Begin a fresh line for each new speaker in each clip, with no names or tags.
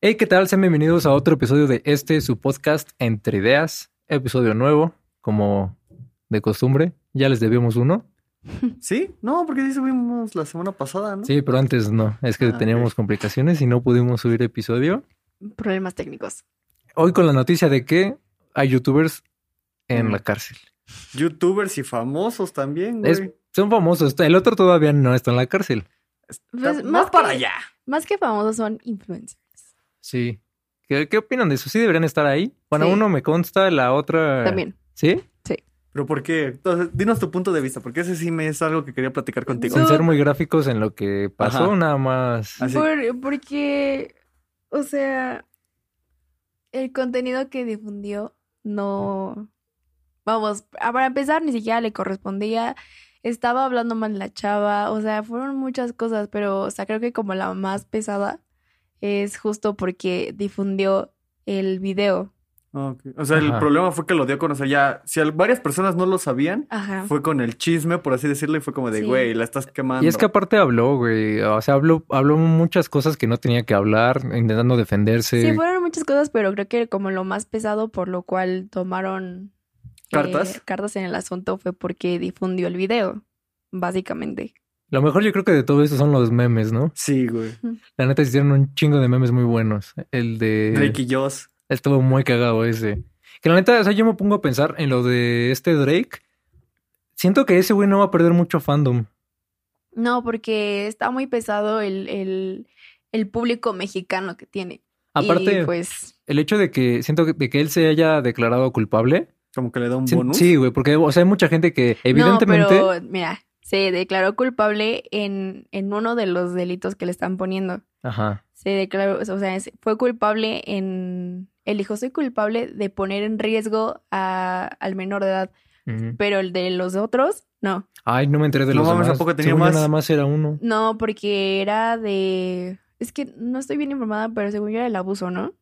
Hey, ¿qué tal? Sean bienvenidos a otro episodio de este, su podcast Entre Ideas, episodio nuevo, como de costumbre. Ya les debíamos uno.
¿Sí? No, porque sí subimos la semana pasada, ¿no?
Sí, pero antes no. Es que
Ah, ok.
teníamos complicaciones y no pudimos subir episodio.
Problemas técnicos.
Hoy con la noticia de que hay youtubers en
Mm.
la cárcel.
Youtubers y famosos también, güey.
Es- Son famosos. El otro todavía no está en la cárcel.
Está
Pues,
más,
más
para
que-
allá.
Más que famosos son influencers.
Sí. ¿Qué, qué opinan de eso? ¿Sí deberían estar ahí? Bueno,
Sí.
uno me consta, la
Eh,
otra...
También.
¿Sí?
Pero ¿por qué? Entonces, dinos tu punto de vista, porque ese sí me es algo que quería platicar contigo.
Sin
No.
ser muy gráficos en lo que pasó,
Ajá.
nada más.
Así.
Por- porque, o sea, el contenido que difundió no... Vamos, a- para empezar, ni siquiera le correspondía. Estaba hablando mal la chava. O sea, fueron muchas cosas, pero, o sea, creo que como la más pesada es justo porque difundió el video.
Ah, Ok. O sea, el
Ajá.
problema fue que lo dio a conocer ya. Si al- varias personas no lo sabían,
Ajá.
fue con el chisme, por así decirlo, y fue como de,
Sí.
güey, la estás quemando.
Y es que aparte habló, güey. O sea, habló, habló muchas cosas que no tenía que hablar, intentando defenderse.
Sí, fueron muchas cosas, pero creo que como lo más pesado por lo cual tomaron eh,
¿Cartas?
cartas en el asunto fue porque difundió el video, básicamente.
Lo mejor yo creo que de todo eso son los memes, ¿no?
Sí, güey.
La neta hicieron un chingo de memes muy buenos. El de...
Drake y Joss.
Estuvo muy cagado ese. Que la neta, o sea, yo me pongo a pensar en lo de este Drake. Siento que ese güey no va a perder mucho fandom.
No, porque está muy pesado el, el, el público mexicano que tiene.
Aparte,
Y pues,
el hecho de que siento que, de que él se haya declarado culpable.
Como que le da un
Sí,
bonus.
Sí, güey, porque o sea, hay mucha gente que evidentemente...
No, pero mira, se declaró culpable en, en uno de los delitos que le están poniendo.
Ajá.
Se declaró, o sea, es- fue culpable en... El hijo soy culpable de poner en riesgo a, al menor de edad.
Ujú.
pero el de los otros, no.
Ay, no me enteré de
No
los
mames,
demás.
¿a poco tenía
Según yo,
más?
nada más era uno.
No, porque era de... Es que no estoy bien informada, pero según yo era el abuso, ¿no?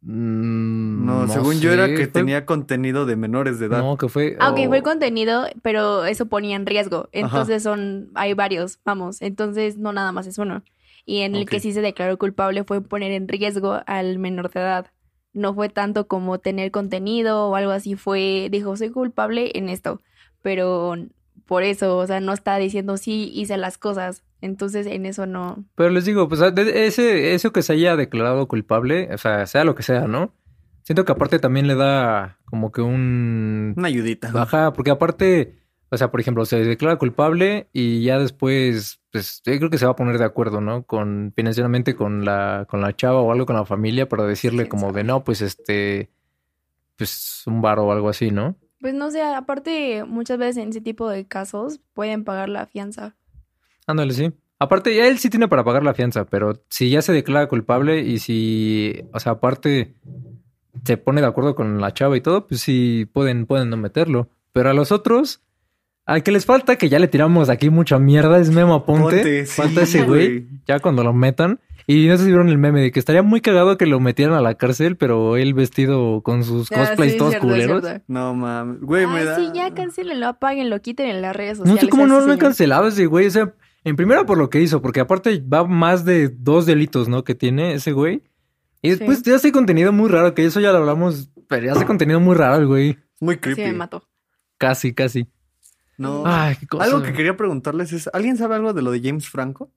Mm,
No, según yo era
sé,
que
fue-
tenía contenido de menores de edad.
No, que fue...
Ah, ok,
o-
fue el contenido, pero eso ponía en riesgo. Entonces son... Hay varios, vamos. Entonces no nada más es uno. Y en el que
Ok.
sí se declaró culpable fue poner en riesgo al menor de edad. No fue tanto como tener contenido o algo así. Fue, dijo, soy culpable en esto. Pero por eso, o sea, no está diciendo sí hice las cosas. Entonces en eso no,
Pero les digo, pues de- ese, eso que se haya declarado culpable, o sea, sea lo que sea, ¿no? Siento que aparte también le da como que un...
Una ayudita.
Ajá, porque aparte, o sea, por ejemplo, se declara culpable y ya después, pues yo creo que se va a poner de acuerdo, ¿no? Con financieramente con la, con la chava o algo con la familia para decirle
¿Quién
como
sabe?
de no, pues este, pues un bar o algo así, ¿no?
Pues no sé, aparte muchas veces en ese tipo de casos pueden pagar la fianza.
Ándale, sí. Aparte, ya él sí tiene para pagar la fianza, pero si ya se declara culpable y si, o sea, aparte se pone de acuerdo con la chava y todo, pues sí pueden, pueden no meterlo. Pero a los otros, al que les falta, que ya le tiramos aquí mucha mierda, es Memo Aponte.
sí,
falta ese güey, ya cuando lo metan. Y no sé si vieron el meme de que estaría muy cagado que lo metieran a la cárcel, pero él vestido con sus
Ah,
cosplays todos culeros.
No mames. Güey, me da.
sí, ya cancelenlo, apáguenlo, quiten en las redes
No
sociales.
sé cómo no
a ese
lo han
señor.
cancelado ese güey. O sea, en primera por lo que hizo, porque aparte va más de dos delitos, ¿no? Que tiene ese güey. Y
Sí.
después te hace contenido muy raro, que eso ya lo hablamos, pero hace contenido muy raro el güey.
Muy
Sí,
creepy.
me mató.
Casi, casi.
No.
Ay, Ah, qué cosa.
algo que quería preguntarles es, ¿alguien sabe algo de lo de James Franco?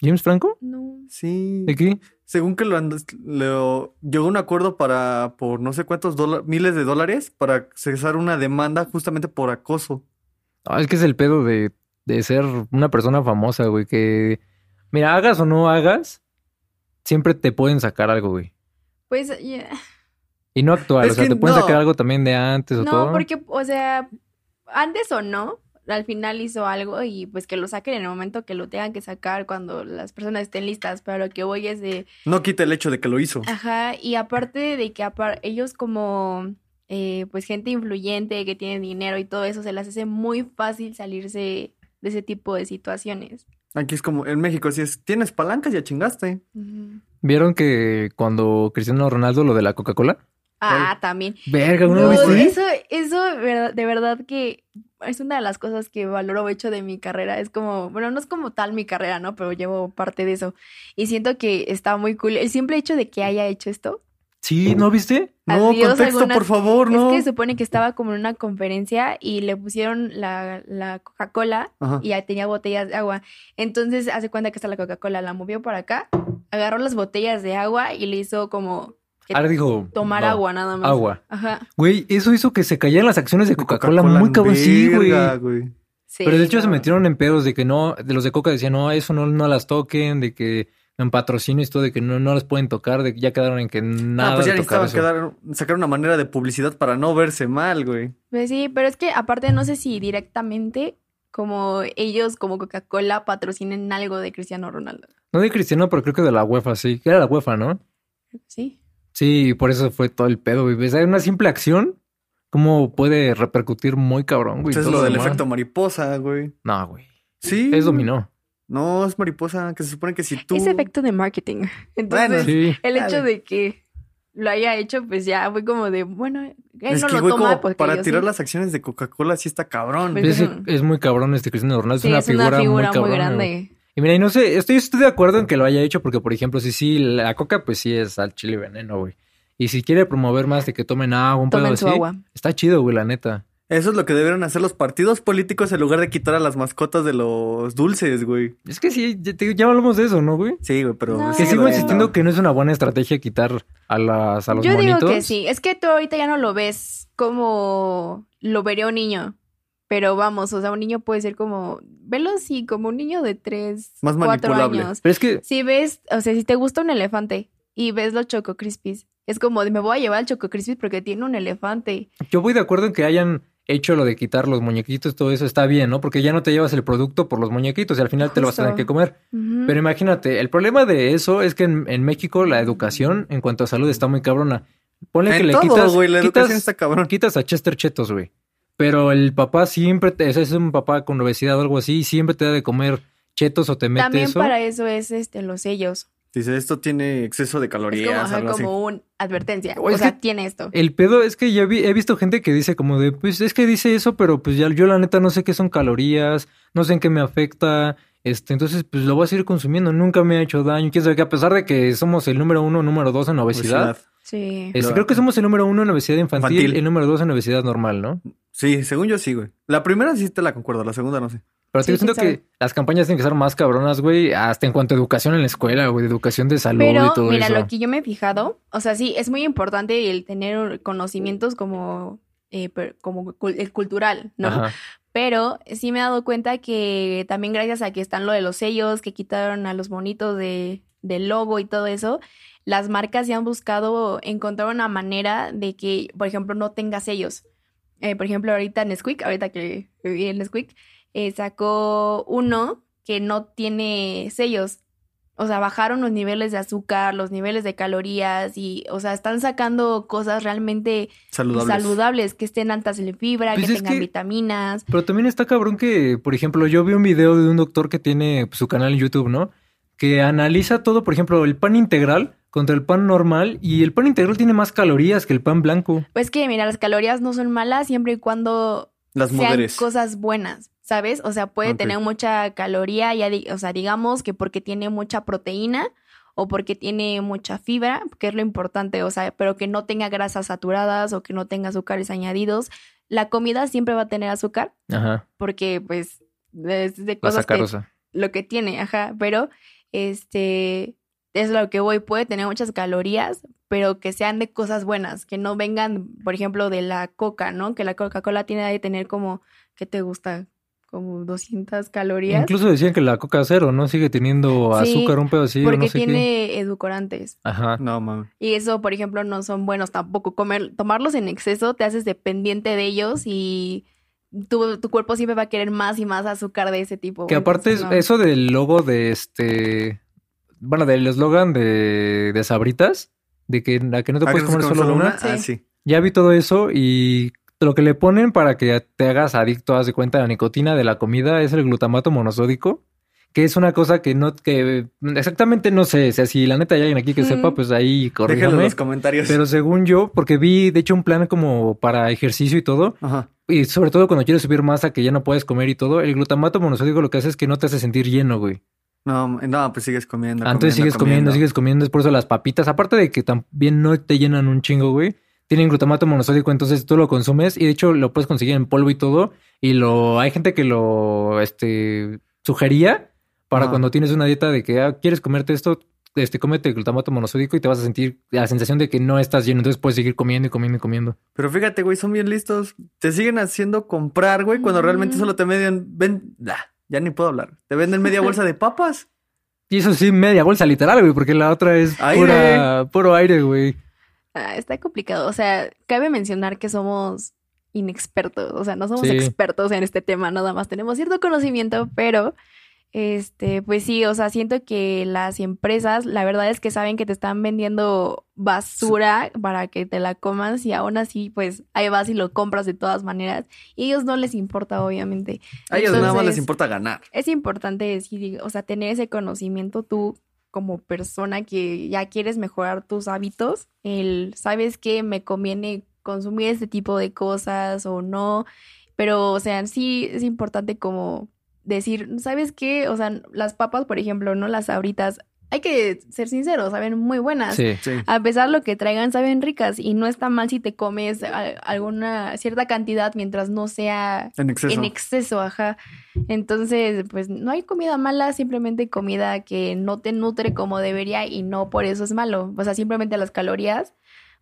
¿James Franco?
No.
Sí.
¿De qué?
Según que lo, and- lo- llegó a un acuerdo para por no sé cuántos dola- miles de dólares para cesar una demanda justamente por acoso.
Ah, es que es el pedo de, de ser una persona famosa, güey. Que, mira, hagas o no hagas, siempre te pueden sacar algo, güey.
Pues ya-
Y no actuar,
Es
o sea,
que
te pueden
no.
sacar algo también de antes o todo.
no, porque, o sea, antes o no, al final hizo algo y pues que lo saquen en el momento que lo tengan que sacar cuando las personas estén listas. Pero lo que voy es de
No quita el hecho de que lo hizo.
Ajá, y aparte de que apar- ellos como eh, pues gente influyente que tiene dinero y todo eso, se les hace muy fácil salirse de ese tipo de situaciones.
Aquí es como en México, si es tienes palancas ya chingaste.
¿Vieron que cuando Cristiano Ronaldo lo de la Coca-Cola?
Ah, también.
Verga, ¿uno
No,
lo viste?
eso, eso de verdad- de verdad que es una de las cosas que valoro mucho de mi carrera. Es como, bueno, no es como tal mi carrera, ¿no? Pero llevo parte de eso. Y siento que está muy cool. El simple hecho de que haya hecho esto.
Sí, ¿no viste?
No,
Adiós,
contexto,
algunas-
por favor, no.
Es que se supone que estaba como en una conferencia y le pusieron la, la Coca-Cola
Ajá.
y ya tenía botellas de agua. Entonces hace cuenta que está la Coca-Cola, la movió para acá, agarró las botellas de agua y le hizo como que
Ahora dijo...
tomar
no,
agua nada más.
Agua.
Ajá.
Güey, eso hizo que se cayeran las acciones de Coca-Cola
Coca-Cola,
muy cabrón. Sí, güey.
verga, güey.
Sí,
Pero de hecho se
no.
metieron en pedos de que no, de los de Coca decían, no, eso no, no las toquen, de que en patrocinio esto, de que no, no las pueden tocar, de que ya quedaron en que nada.
Ah, pues ya
de tocar
necesitaban
eso.
quedar- sacar una manera de publicidad para no verse mal, güey.
Pues sí, pero es que aparte no sé si directamente como ellos como Coca-Cola patrocinen algo de Cristiano Ronaldo.
No de Cristiano, pero creo que de la UEFA, sí. Que era la UEFA, ¿no?
Sí.
Sí, y por eso fue todo el pedo, güey. ¿Ves? Hay una simple acción, ¿cómo puede repercutir muy cabrón, güey?
Entonces es
todo
lo del
demás?
efecto mariposa, güey.
No, güey.
Sí.
Es dominó.
No, es mariposa, que se supone que si tú.
Es efecto de marketing. Entonces,
Bueno,
Sí.
el hecho
Claro.
de que lo haya hecho, pues ya fue como de, bueno, él
Es
no
que,
lo
güey,
toma
como
porque
para
yo
tirar
sí.
las acciones de Coca-Cola sí está cabrón.
Es,
Pues- Ujú.
es muy cabrón este Cristiano Ronaldo.
Sí,
es una figura, muy,
muy,
cabrona, güey.
grande.
Y mira, y no sé, estoy, estoy de acuerdo en que lo haya hecho porque, por ejemplo, si sí, la coca, pues sí es al chile veneno, güey. Y si quiere promover más de que tomen agua, un pedo
Tomen
así,
su agua.
está chido, güey, la neta.
Eso es lo que debieron hacer los partidos políticos en lugar de quitar a las mascotas de los dulces, güey.
Es que sí, ya, te- ya hablamos de eso, ¿no, güey?
Sí, güey, pero.
No.
Que
Sí,
sigo
güey,
insistiendo que no es una buena estrategia quitar a, las, a los
Yo
monitos.
digo que sí. Es que tú ahorita ya no lo ves como lo vería un niño. Pero vamos, o sea, un niño puede ser como, velo sí, como un niño de tres,
Más
cuatro
manipulable.
años.
Pero es que,
Si ves, o sea, si te gusta un elefante y ves los Choco Crispies, es como de, me voy a llevar al Choco Crispies porque tiene un elefante.
Yo voy de acuerdo en que hayan hecho lo de quitar los muñequitos, todo eso está bien, ¿no? Porque ya no te llevas el producto por los muñequitos y al final te lo vas a tener
Justo.
que comer.
Ujú.
Pero imagínate, el problema de eso es que en, en México la educación en cuanto a salud está muy cabrona. Ponle que
En
le
todo,
quitas,
güey, la
quitas,
educación está cabrón.
quitas a Chester Chetos, güey. Pero el papá siempre, te, ese es un papá con obesidad o algo así, siempre te da de comer chetos o te mete
También
eso.
para eso es este los sellos.
Dice, esto tiene exceso de
Es como,
calorías,
ajá,
algo así.
como un advertencia.
O es
O sea,
que-
tiene esto.
El pedo es que ya vi- he visto gente que dice como de, pues es que dice eso, pero pues ya yo la neta no sé qué son calorías, no sé en qué me afecta, este, entonces pues lo voy a seguir consumiendo, nunca me ha hecho daño, quién sabe qué, a pesar de que somos el número uno, número dos en obesidad,
Obesidad.
Sí.
este,
Lo-
creo que somos el número uno en obesidad infantil,
Infantil.
el número dos en obesidad normal, ¿no?
Sí, según yo sí, güey. La primera sí te la concuerdo, la segunda no sé.
Pero te
Sí,
digo, siento
quién sabe.
que las campañas tienen que ser más cabronas, güey, hasta en cuanto a educación en la escuela, güey, de educación de salud y
Pero
todo
mira,
eso.
lo que yo me he fijado, o sea, sí, es muy importante el tener conocimientos como, eh, per- como cul- el cultural, ¿no?
Ajá.
Pero sí me he dado cuenta que también gracias a que están lo de los sellos, que quitaron a los monitos de, del logo y todo eso, las marcas ya han buscado encontrar una manera de que, por ejemplo, no tenga sellos. Eh, por ejemplo, ahorita Nesquik, ahorita que vi en Nesquik, eh, sacó uno que no tiene sellos. O sea, bajaron los niveles de azúcar, los niveles de calorías y, o sea, están sacando cosas realmente
Saludables.
saludables, que estén altas en fibra,
Pues
que
es
tengan
que-
vitaminas.
Pero también está cabrón que, por ejemplo, yo vi un video de un doctor que tiene pues, su canal en YouTube, ¿no? Que analiza todo, por ejemplo, el pan integral contra el pan normal y el pan integral tiene más calorías que el pan blanco.
Pues que, mira, las calorías no son malas siempre y cuando
Las
sean
mujeres.
cosas buenas, ¿sabes? O sea, puede
Ok.
tener mucha caloría, ya di- o sea, digamos que porque tiene mucha proteína o porque tiene mucha fibra, que es lo importante, o sea, pero que no tenga grasas saturadas o que no tenga azúcares añadidos. La comida siempre va a tener azúcar
Ajá,
porque, pues, es de
la
cosas que
sacarosa.
lo que tiene, ajá, pero este es lo que voy, puede tener muchas calorías, pero que sean de cosas buenas, que no vengan, por ejemplo, de la coca, ¿no? Que la Coca-Cola tiene de tener como, ¿qué te gusta? Como 200 calorías.
Incluso decían que la coca cero, ¿no? Sigue teniendo
Sí,
azúcar, un pedo así, o
porque
no sé qué.
tiene edulcorantes.
Ajá.
No, mames.
Y eso, por ejemplo, no son buenos tampoco. Comer, tomarlos en exceso te haces dependiente de ellos y tu, tu cuerpo siempre va a querer más y más azúcar de ese tipo.
Que aparte es-
Entonces, no.
eso del logo de este, bueno, del eslogan de, de Sabritas, de que, a que no te
Ah,
puedes
¿que no
comer
se come
solo, una.
Ah,
Sí.
sí.
Ya vi todo eso y lo que le ponen para que te hagas adicto, haz de cuenta, a la nicotina de la comida es el glutamato monosódico, que es una cosa que no, que exactamente no sé. O sea, si la neta hay alguien aquí que
Mm.
sepa, pues ahí
Déjenlo en
corríjame.
los comentarios.
Pero según yo, porque vi de hecho un plan como para ejercicio y todo,
Ajá.
y sobre todo cuando quieres subir masa que ya no puedes comer y todo, el glutamato monosódico lo que hace es que no te hace sentir lleno, güey.
No, no, pues sigues comiendo.
Ah, Entonces sigues comiendo, sigues comiendo, es por eso las papitas, aparte de que también no te llenan un chingo, güey, tienen glutamato monosódico, entonces tú lo consumes y de hecho lo puedes conseguir en polvo y todo, y lo hay gente que lo este sugería para
Ajá.
cuando tienes una dieta de que ah, quieres comerte esto, este cómete el glutamato monosódico y te vas a sentir la sensación de que no estás lleno, entonces puedes seguir comiendo y comiendo y comiendo.
Pero fíjate, güey, son bien listos. Te siguen haciendo comprar, güey, cuando realmente
Mm.
solo te median. Ven, Nah, ya ni puedo hablar. Te venden media bolsa de papas.
Y eso sí, media bolsa literal, güey, porque la otra es
Aire.
pura- puro aire, güey.
Ah, está complicado. O sea, cabe mencionar que somos inexpertos. O sea, no somos
Sí.
expertos en este tema, nada más tenemos cierto conocimiento, pero este, pues sí, o sea, siento que las empresas, la verdad es que saben que te están vendiendo basura para que te la comas y aún así, pues ahí vas y lo compras de todas maneras. Y a ellos no les importa, obviamente.
A ellos nada más les
Entonces-
importa ganar.
Es importante decir, o sea, tener ese conocimiento tú como persona que ya quieres mejorar tus hábitos, el sabes que me conviene consumir este tipo de cosas o no, pero o sea, sí es importante como decir, ¿sabes qué? O sea, las papas, por ejemplo, no las sabritas, hay que ser sinceros, saben muy buenas.
Sí.
Sí.
A pesar lo que traigan, saben ricas y no está mal si te comes a- alguna cierta cantidad mientras no sea
En exceso.
en exceso, ajá. Entonces, pues no hay comida mala, simplemente comida que no te nutre como debería y no por eso es malo. O sea, simplemente las calorías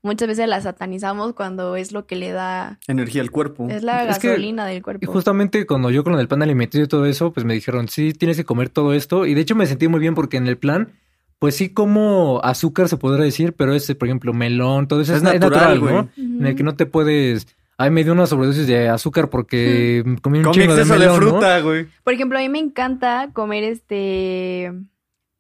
muchas veces las satanizamos cuando es lo que le da,
Energía al cuerpo.
es la
Es que-
gasolina del
Y
cuerpo.
justamente cuando yo con el plan alimenticio y todo eso, pues me dijeron, sí, tienes que comer todo esto. Y de hecho me sentí muy bien porque en el plan, pues sí como azúcar se podría decir, pero ese, por ejemplo, melón, todo eso
Es
es, na- es
natural,
natural,
güey.
¿no?
Ujú.
En el que no te puedes... Ay, me dio una sobredosis de azúcar porque comí un
Hmm. Comí
chingo de
exceso de,
melón, ¿no?
fruta, güey.
Por ejemplo, a mí me encanta comer este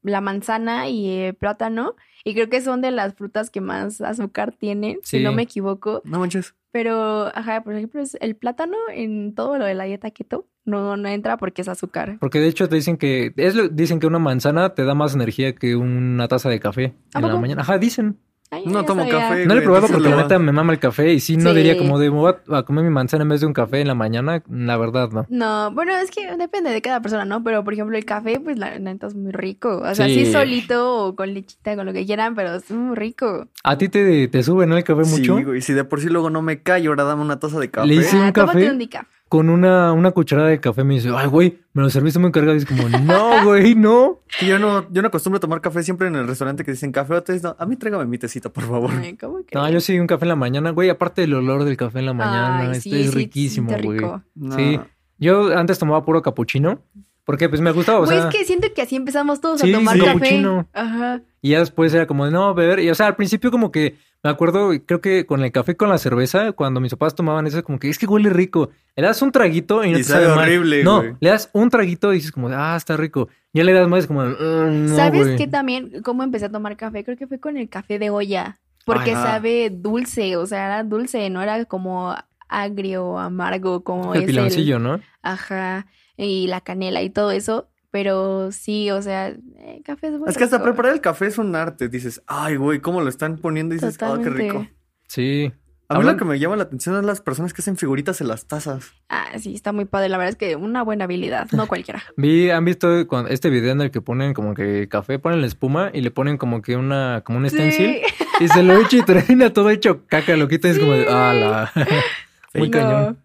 la manzana y el plátano y creo que son de las frutas que más azúcar tienen, si
Sí.
no me equivoco.
No manches.
Pero, ajá, por ejemplo, es el plátano en todo lo de la dieta keto no, no entra porque es azúcar.
Porque de hecho te dicen que... Es lo- dicen que una manzana te da más energía que una taza de café
¿A
en la
poco?
mañana. Ajá, dicen.
Ay,
No
ya
tomo
sabía.
café.
No lo he
güey,
probado
entonces
porque
lo
la
va-
neta me mama el café y sí, no
Sí.
diría como de me voy a a comer mi manzana en vez de un café en la mañana. La verdad, no.
No, bueno, es que depende de cada persona, ¿no? Pero, por ejemplo, el café, pues la neta es muy rico. O sea, sí,
Sí.
solito o con lechita, con lo que quieran, pero es muy rico.
¿A ti te, te sube, no, el café mucho?
Sí, güey. Si de por sí luego no me callo, ahora dame una taza de café.
Le hice- Sí, un
Ah, tómate
café.
un decaf.
Con una, una cucharada de café me dice, ay, güey, me lo serviste muy cargado. Y es como, no, güey, no.
Es que yo no, yo no acostumbro a tomar café siempre en el restaurante que dicen café. Entonces, no, a mí tráigame mi tecito, por favor.
Ay, ¿cómo que?
No, yo sí, un café en la mañana, güey. Aparte del olor del café en la mañana,
Ay,
este
sí,
es
sí, sí,
riquísimo,
está
güey.
rico.
No.
Sí. Yo antes tomaba puro capuchino, porque pues me gustaba, o
Pues
sea,
es que siento que así empezamos todos
Sí,
a tomar
sí.
café.
Capuchino.
Ajá.
y ya después era como de no beber. Y o sea, al principio como que me acuerdo, creo que con el café y con la cerveza, cuando mis papás tomaban eso, como que es que huele rico. Le das un traguito y no
Y
te
sabe
sabe mal.
horrible,
No,
güey.
le das un traguito y dices como, de, ah, está rico. Ya le das más es como, "Mm, no,
¿Sabes
güey".
qué también? ¿Cómo empecé a tomar café? Creo que fue con el café de olla. Porque
Ajá.
sabe dulce, o sea, era dulce, no era como agrio, amargo, como
El
es el,
piloncillo, ¿no?
Ajá, y la canela y todo eso. Pero sí, o sea, eh, café es muy
Es que hasta
rico.
preparar el café es un arte. Dices, ay, güey, cómo lo están poniendo. Y dices, ah, qué
Totalmente.
rico.
Sí.
A mí lo
Hablan-
que me llama la atención es las personas que hacen figuritas en las tazas.
Ah, sí, está muy padre. La verdad es que una buena habilidad, no cualquiera.
Vi, han visto cuan- este video en el que ponen como que café, ponen la espuma y le ponen como que una, como un stencil
Sí,
y se lo echa y termina todo hecho caca, lo quita y es como de,
Sí.
ala. Muy
no.
cañón.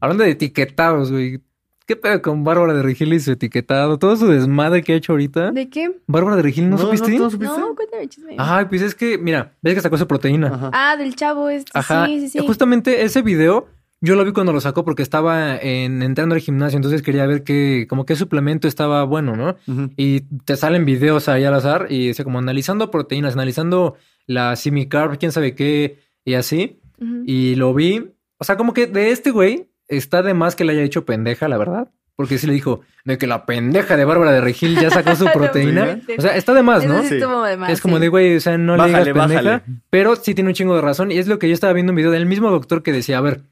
Hablando de etiquetados, güey. ¿Qué pedo con Bárbara de Regil y su etiquetado? Todo su desmadre que ha hecho ahorita.
¿De qué?
Bárbara de Regil, ¿no, ¿Ah? supiste?
¿No, supiste?
No, cuéntame chisme.
Ay, pues es que, mira, ves que sacó su proteína.
Ajá.
Ah, del chavo este.
Ajá.
Sí, sí, sí.
Justamente ese video yo lo vi cuando lo sacó porque estaba en- entrando al gimnasio, entonces quería ver que, como qué suplemento estaba bueno, ¿no?
Ujú.
Y te salen videos ahí al azar y dice como analizando proteínas, analizando la simicarb, quién sabe qué y así.
Ujú.
Y lo vi. O sea, como que de este güey está de más que le haya hecho pendeja, la verdad. Porque sí le dijo de que la pendeja de Bárbara de Regil ya sacó su
No
proteína.
inventes.
o sea, está de más,
Eso
¿no?
sí
Sí.
estuvo de más,
Es como
sí.
de güey, o sea, no le
Bájale,
digas pendeja.
bájale.
Pero sí tiene un chingo de razón. Y es lo que yo estaba viendo un video del mismo doctor que decía, a ver,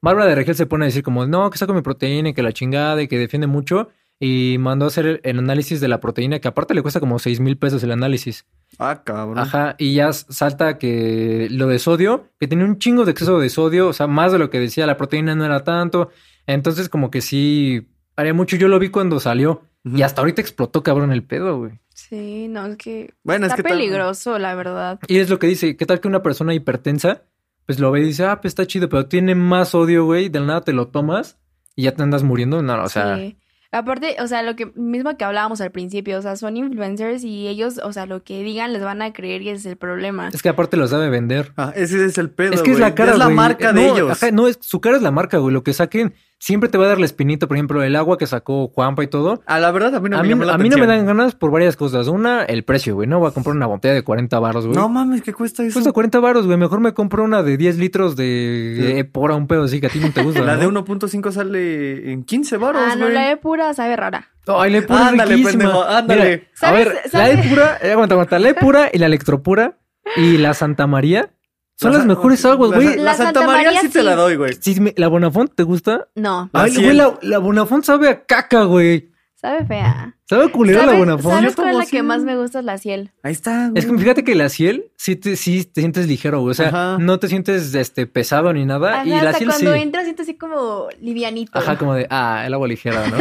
Bárbara de Regel se pone a decir como, no, que saco mi proteína y que la chingada y que defiende mucho. y mandó a hacer el, el análisis de la proteína, que aparte le cuesta como 6 mil pesos el análisis.
Ah, cabrón.
Ajá, y ya s- salta que lo de sodio, que tenía un chingo de exceso de sodio, o sea, más de lo que decía, la proteína no era tanto. Entonces, como que sí, haría mucho. Yo lo vi cuando salió
Ujú.
y hasta ahorita explotó, cabrón, el pedo, güey.
Sí, no, es que
Bueno,
está
es que tal-
peligroso, la verdad.
Y es lo que dice, ¿qué tal que una persona hipertensa, pues lo ve y dice, ah, pues está chido, pero tiene más sodio, güey, de la nada te lo tomas y ya te andas muriendo? No, o sea,
Sí. Aparte, o sea, lo que mismo que hablábamos al principio, o sea, son influencers y ellos, o sea, lo que digan les van a creer que ese es el problema.
es que aparte lo sabe vender.
Ah, ese es el pedo.
Es que es
güey.
la cara,
Es la
güey.
marca de
No,
ellos.
ajá, no, es, su cara es la marca, güey. Lo que saquen siempre te va a dar la espinita. Por ejemplo, el agua que sacó Juanpa y todo.
A Ah, la verdad, a mí no
a
me
mí,
llamó la
a mí no me dan
atención.
ganas por varias cosas. Una, el precio, güey. No voy a comprar una botella de 40 baros, güey. Pues
No mames, ¿qué cuesta eso?
Cuesta 40 baros, güey. Mejor me compro una de 10 litros de,
Sí.
de Epora, un pedo así que a ti no te gusta.
La
¿no?
de 1.5 sale en 15 baros,
ah, no,
güey.
la de pura sabe rara.
Ay, la Epura es
Ándale,
riquísima.
pendejo, ándale.
Mira, a
¿Sabes-
ver, la
sabes?
Epura, eh, aguanta, aguanta. La Epura y la Electropura y la Santa María son
La
las
sa-
mejores aguas,
la sa-
güey.
La,
La
Santa
Santa
María,
María
sí te la
sí.
doy, güey.
Si me- la Bonafont, ¿te gusta?
No,
La
Ay,
Ciel.
güey, la, la Bonafont sabe a caca, güey.
sabe fea.
Sabe culera la
¿Sabes,
Bonafont.
¿sabes
Yo
cuál es
como
la que
así.
más me gusta? Es La ciel.
Ahí está, güey.
Es que fíjate que la Ciel sí te, sí te sientes ligero, güey. O sea,
Ajá.
no te sientes este, pesado ni nada.
Ajá,
y la
hasta
Ciel sí.
cuando entras siento así como livianito.
Ajá, como de, ah, el agua ligera, ¿no?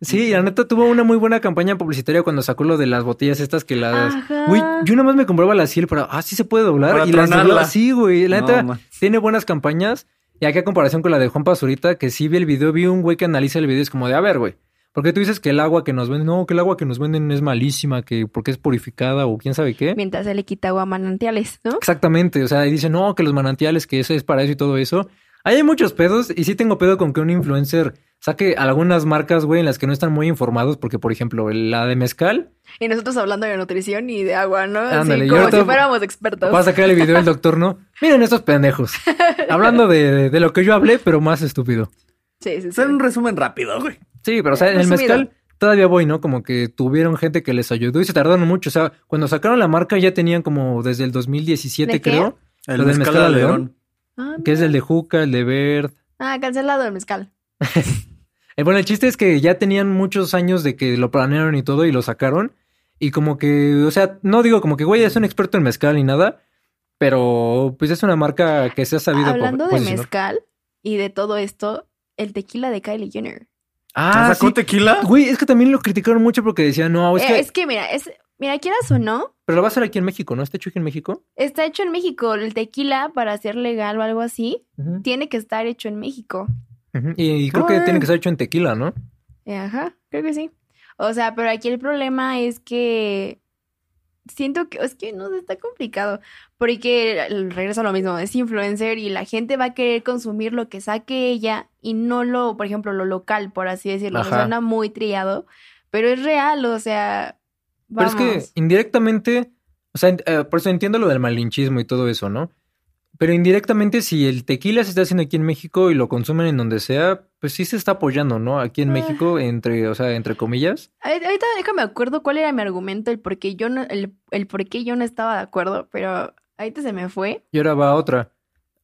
sí, y la neta tuvo una muy buena campaña publicitaria cuando sacó lo de las botellas estas que las...
Ajá.
Güey, yo nada más me compraba la Ciel para, ah, sí se puede doblar.
Para
y las doblaba
tronarla.
así, güey. La
No,
neta
ma.
tiene buenas campañas. Y aquí a comparación con la de Juan Pazurita, que sí vi el video, vi un güey que analiza el video y es como de, a ver, güey. ¿Por qué tú dices que el agua que nos venden, no, que el agua que nos venden es malísima, que porque es purificada o quién sabe qué?
Mientras se le quita agua a manantiales, ¿no?
Exactamente, o sea, y dicen, no, que los manantiales, que eso es para eso y todo eso. Ahí Hay muchos pedos y sí tengo pedo con que un influencer saque algunas marcas, güey, en las que no están muy informados, porque, por ejemplo, la de mezcal,
Y nosotros hablando de nutrición y de agua, ¿no? Así
Ándale, y
como
ahorita-
si fuéramos expertos.
va a sacar el video del doctor, ¿no? Miren estos pendejos. Hablando de, de- de lo que yo hablé, pero más estúpido.
Sí, sí, sí.
Hacer un resumen rápido, güey.
Sí, pero, o sea, en el
Resumido.
mezcal todavía voy, ¿no? Como que tuvieron gente que les ayudó y se tardaron mucho. O sea, cuando sacaron la marca ya tenían como desde el 2017,
¿De qué?
creo,
El
Lo del
mezcal
mezcal
al
al
león.
león.
Ah,
que es
mira.
el de Juca, el de Verde.
Ah, cancelado el mezcal.
Eh, bueno, el chiste es que ya tenían muchos años de que lo planearon y todo y lo sacaron. Y como que, o sea, no digo como que, güey, es un experto en mezcal ni nada, pero pues es una marca que se ha sabido. po-
Hablando de
posicionar.
mezcal y de todo esto, el tequila de Kylie Jenner.
Ah,
¿Sacó
sí.
tequila?
Güey, es que también lo criticaron mucho porque decían, no, Oh, es
Eh,
que.
es que mira, es, mira, quieras o no,
Pero lo va a hacer aquí en México, ¿no? ¿Está hecho aquí en México?
está hecho en México. El tequila, para ser legal o algo así, tiene que estar hecho en México.
Ujú. Y, y creo
Ah.
que
Ay.
tiene que ser hecho en tequila, ¿no?
Eh, Ajá, creo que sí. O sea, pero aquí el problema es que siento que es que no sé, está complicado, porque el- regreso a lo mismo, es influencer y la gente va a querer consumir lo que saque ella y no lo, por ejemplo, lo local, por así decirlo.
Ajá.
Suena muy trillado, pero es real, o sea, vamos.
Pero es que indirectamente, o sea, en- eh, por eso entiendo lo del malinchismo y todo eso, ¿no? Pero indirectamente, si el tequila se está haciendo aquí en México y lo consumen en donde sea, pues sí se está apoyando, ¿no? Aquí en
Ah.
México, entre, o sea, entre comillas.
Ahorita ahorita déjame acuerdo cuál era mi argumento, el por qué yo no, el, el por qué yo no estaba de acuerdo, pero ahorita se me fue.
Y ahora va otra.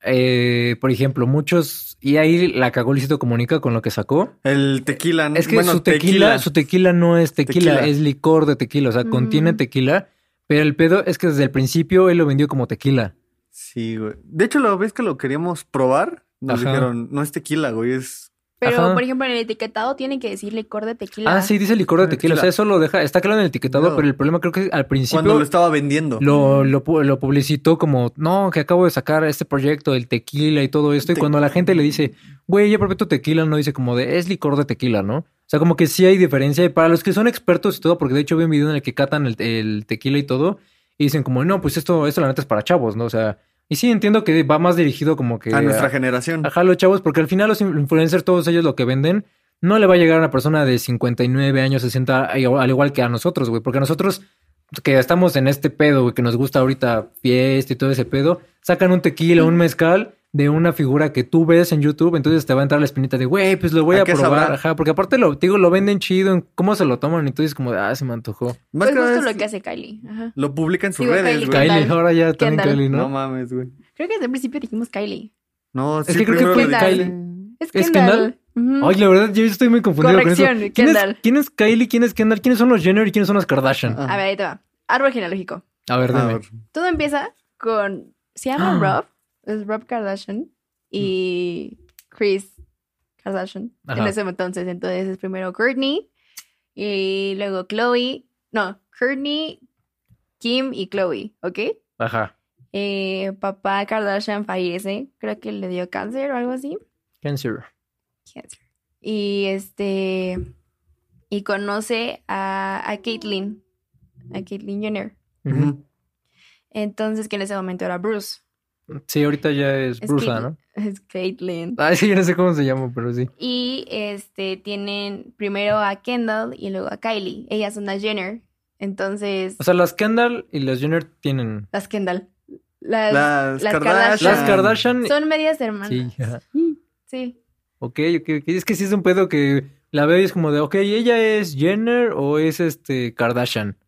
Eh, por ejemplo, muchos, y ahí la cagó Luisito Comunica con lo que sacó.
El tequila.
Es que
bueno,
su tequila, su tequila no es tequila,
Tequila.
es licor de tequila, o sea, contiene
Mm.
tequila, pero el pedo es que desde el principio él lo vendió como tequila.
Sí, güey. De hecho, la vez que lo queríamos probar, nos
Ajá.
dijeron, no es tequila, güey, es...
Pero,
Ajá.
por ejemplo, en el etiquetado tiene que decir licor de tequila.
Ah, sí, dice licor de tequila. O sea,
Tequila.
eso lo deja. Está claro en el etiquetado,
No.
pero el problema creo que al
Cuando
principio
lo estaba vendiendo.
lo, lo, pu- lo publicitó como, no, que acabo de sacar este proyecto del tequila y todo esto. Y
Te-
cuando la gente le dice, güey, ya probé tu tequila, no dice como de, es licor de tequila, ¿no? O sea, como que sí hay diferencia. Y para los que son expertos y todo, porque de hecho vi un video en el que catan el, el tequila y todo, y dicen como, no, pues esto, esto la neta es para chavos, ¿no? O sea, y sí entiendo que va más dirigido como que
A nuestra generación.
Ajá, los chavos, porque al final los influencers, todos ellos lo que venden, no le va a llegar a una persona de 59 años, 60, al igual- al igual que a nosotros, güey. Porque a nosotros, que estamos en este pedo, güey, que nos gusta ahorita fiesta y todo ese pedo, sacan un tequila, un mezcal de una figura que tú ves en YouTube, entonces te va a entrar la espinita de, güey, pues lo voy
¿A
a,
qué
probar.
sabrá?
Ajá, porque aparte lo, te digo, lo venden chido, en cómo se lo toman, y tú dices como, ah, se me antojó.
Más
Pues
que nada
justo
es-
lo que hace Kylie. Ajá.
lo publica en sus
Digo,
redes,
Kylie.
güey.
Kylie,
Kendall.
ahora ya también
Kendall.
Kylie, ¿no?
No mames, güey.
Creo que desde el principio dijimos Kylie.
No,
Es que creo que
primero
fue
lo de
Kylie.
Es
¿Es
Kendall.
Kendall?
Ujú.
Ay, la verdad, yo estoy muy confundido con
Mm. Corrección,
eso. ¿Quién es,
Kendall.
¿Quién es Kylie? ¿Quién es Kendall? ¿Quiénes son los Jenner y quiénes son los Kardashian?
Ah,
A ver, ahí te va. Árbol genealógico.
A ver,
a
dime.
ver.
Todo empieza con. Se llama
Ah.
Rob. Es Rob Kardashian. Y. Chris Kardashian. En
Ajá.
ese entonces. Entonces es primero Courtney. Y luego Chloe. No, Courtney, Kim y Chloe. ¿Ok?
Ajá.
Eh, papá Kardashian fallece. Creo que le dio cáncer o algo así.
Cancer.
Cáncer. Y este. Y conoce a, a Caitlyn. A Caitlyn Jenner.
Ujú.
Ujú.
Entonces, que en ese momento era Bruce.
Sí, ahorita ya es
Es
Brusa,
Caitlyn.
ah,
¿no?
Es Caitlyn.
Ay, sí, yo no sé cómo se llama, pero sí.
Y este tienen primero a Kendall y luego a Kylie. Ellas son las Jenner. Entonces,
O sea, las Kendall y las Jenner tienen.
las Kendall. Las,
Las
las
Kardashian.
Las Kardashian.
son medias hermanas.
Sí, ajá.
Sí.
Ok, ok, ok. Es que sí es un pedo que la veo y es como de, ok, ¿ella es Jenner o es este Kardashian?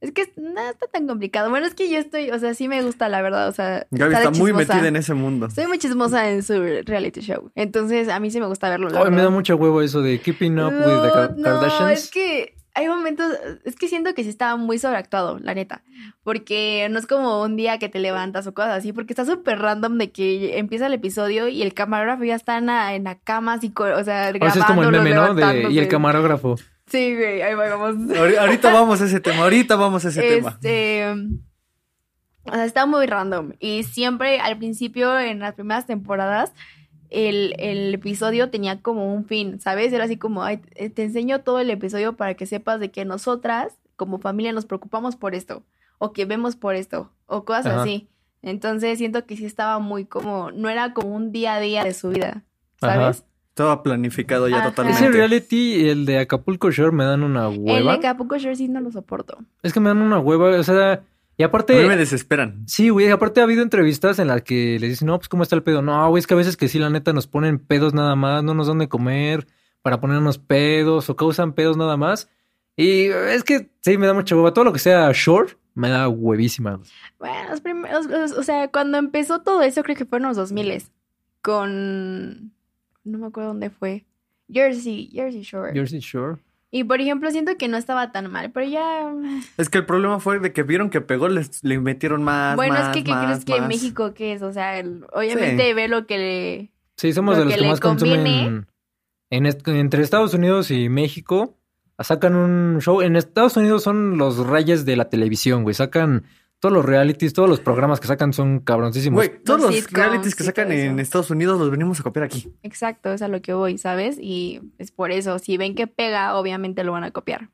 Es que no está tan complicado. Bueno, es que yo estoy, o sea, sí me gusta, la verdad. O sea, estar
Gaby está muy
chismosa.
metida en ese mundo.
Estoy muy chismosa en su reality show. Entonces, a mí sí me gusta verlo. La
Ay, me da
verdad.
mucho huevo eso de Keeping Up with the Ka-
No, No, es
Kardashians.
que hay momentos, es que siento que sí estaba muy sobreactuado, la neta. Porque no es como un día que te levantas o cosas así, porque está súper random de que empieza el episodio y el camarógrafo ya está en la, en la cama, así, co- o sea, grabando.
O sea, es como el meme, ¿no? De, y el camarógrafo.
Sí, güey, ahí vamos.
Ahori- Ahorita vamos a ese tema, ahorita vamos a ese tema.
Este. O sea, está muy random. Y siempre al principio, en las primeras temporadas, el, el episodio tenía como un fin, ¿sabes? Era así como, "Ay, eh, te te enseño todo el episodio para que sepas de que nosotras, como familia, nos preocupamos por esto, o que vemos por esto, o cosas
Ajá.
así. Entonces siento que sí estaba muy como, no era como un día a día de su vida,
Ajá.
¿sabes?
Estaba planificado ya
Ajá.
Ese
totalmente.
reality y el de Acapulco Shore me dan una
El
hueva.
de Capuco Shore sí no lo soporto.
Es que me dan una hueva, o sea, y
A mí me
aparte...
desesperan.
Sí, güey, aparte ha habido entrevistas en las que les dicen, no, pues, ¿cómo está el pedo? No, güey, es que a veces que sí, la neta, nos ponen pedos nada más, no nos dan de comer para ponernos pedos o causan pedos nada más. Y eh, es que sí, me da mucha hueva. Todo lo que sea short me da huevísima.
Bueno, los primeros, los- o sea, cuando empezó todo eso, creo que fueron los 2000 con, no me acuerdo dónde fue, Jersey, Jersey Shore.
Jersey Shore.
Y por ejemplo, siento que no estaba tan mal, pero ya,
Es que el problema fue de que vieron que pegó, les, le metieron más.
bueno, es
más,
que ¿qué
más,
crees que en
más.
México qué es? O sea, el- obviamente ve lo que le...
Sí, somos
Lo
de los
que
que,
le
más
conviene.
consumen en est- entre Estados Unidos y México. Sacan un show. En Estados Unidos son los reyes de la televisión, güey. Sacan todos los realities, todos los programas que sacan son cabroncísimos.
Güey, todos
Los
los
sitcoms
realities que
y
sacan
todo eso.
en Estados Unidos los venimos a copiar aquí.
Exacto, es a lo que voy, ¿sabes? Y es por eso, si ven que pega, obviamente lo van a copiar.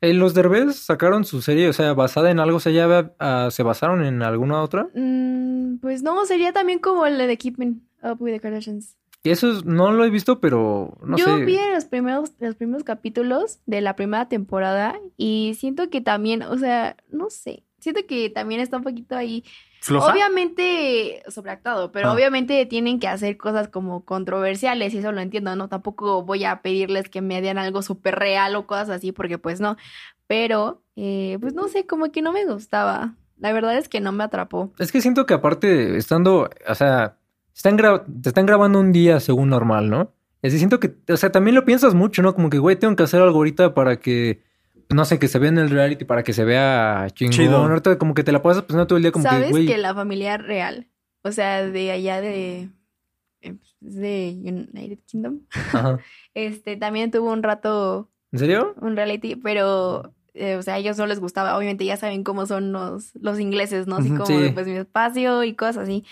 Eh, los Derbez sacaron su serie, o sea, basada en algo, o sea, ya ah, se basaron en alguna otra.
Mm, pues no, sería también como el de Keeping Up with the Kardashians.
Y eso es- no lo he visto, pero no
Yo
sé.
vi los primeros, los primeros capítulos de la primera temporada y siento que también, o sea, no sé, siento que también está un poquito ahí,
Floja.
obviamente sobreactuado, pero
Ah.
obviamente tienen que hacer cosas como controversiales y eso lo entiendo, ¿no? Tampoco voy a pedirles que me den algo súper real o cosas así porque pues no, pero eh, pues no sé, como que no me gustaba, la verdad es que no me atrapó.
Es que siento que aparte, estando, o sea, están gra- te están grabando un día según normal, ¿no? Es decir, siento que, o sea, también lo piensas mucho, ¿no? Como que, güey, tengo que hacer algo ahorita para que, no sé, que se vea en el reality, para que se vea chingón.
Chido.
Ahorita como que te la pasas pensando todo el día como
¿Sabes
que, güey,
que la familia real, o sea, de allá de, eh, es de United Kingdom,
ajá.
este, también tuvo un rato
¿En serio?
un reality, pero, eh, o sea, a ellos no les gustaba, obviamente ya saben cómo son los, los ingleses, ¿no? Así
Ujú,
como,
sí.
de, pues, mi espacio y cosas así.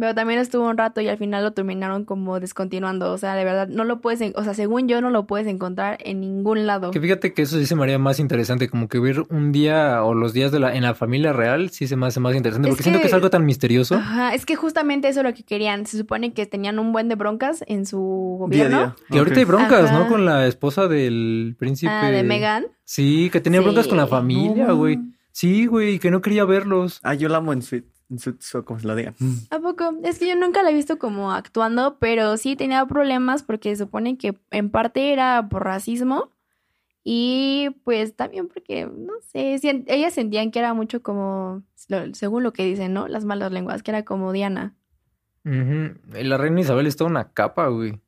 Pero también estuvo un rato y al final lo terminaron como descontinuando, o sea, de verdad, no lo puedes, en- o sea, según yo, no lo puedes encontrar en ningún lado.
Que fíjate que eso sí se me haría más interesante, como que ver un día o los días de la, en la familia real sí se me hace más interesante,
Es
porque siento que es
que-
algo tan misterioso.
Ajá, es que justamente eso es lo que querían. Se supone que tenían un buen de broncas en su
Día a
gobierno.
día.
Que ahorita hay
Ok.
broncas, ¿no?
Ajá.
Con la esposa del príncipe.
Ah, de Megan.
Sí, que tenía pues, broncas con la
Sí.
familia,
No,
güey. Sí, güey, que no quería verlos.
Ah, yo la amo en Sweet, en Sweet Show, como se la digan.
Mm.
¿A poco? Es que yo nunca la he visto como actuando, pero sí tenía problemas porque se supone que en parte era por racismo y pues también porque, no sé, sien- ellas sentían que era mucho como, lo- según lo que dicen, ¿no? Las malas lenguas, que era como Diana.
Ujú. La reina Isabel está una capa, güey.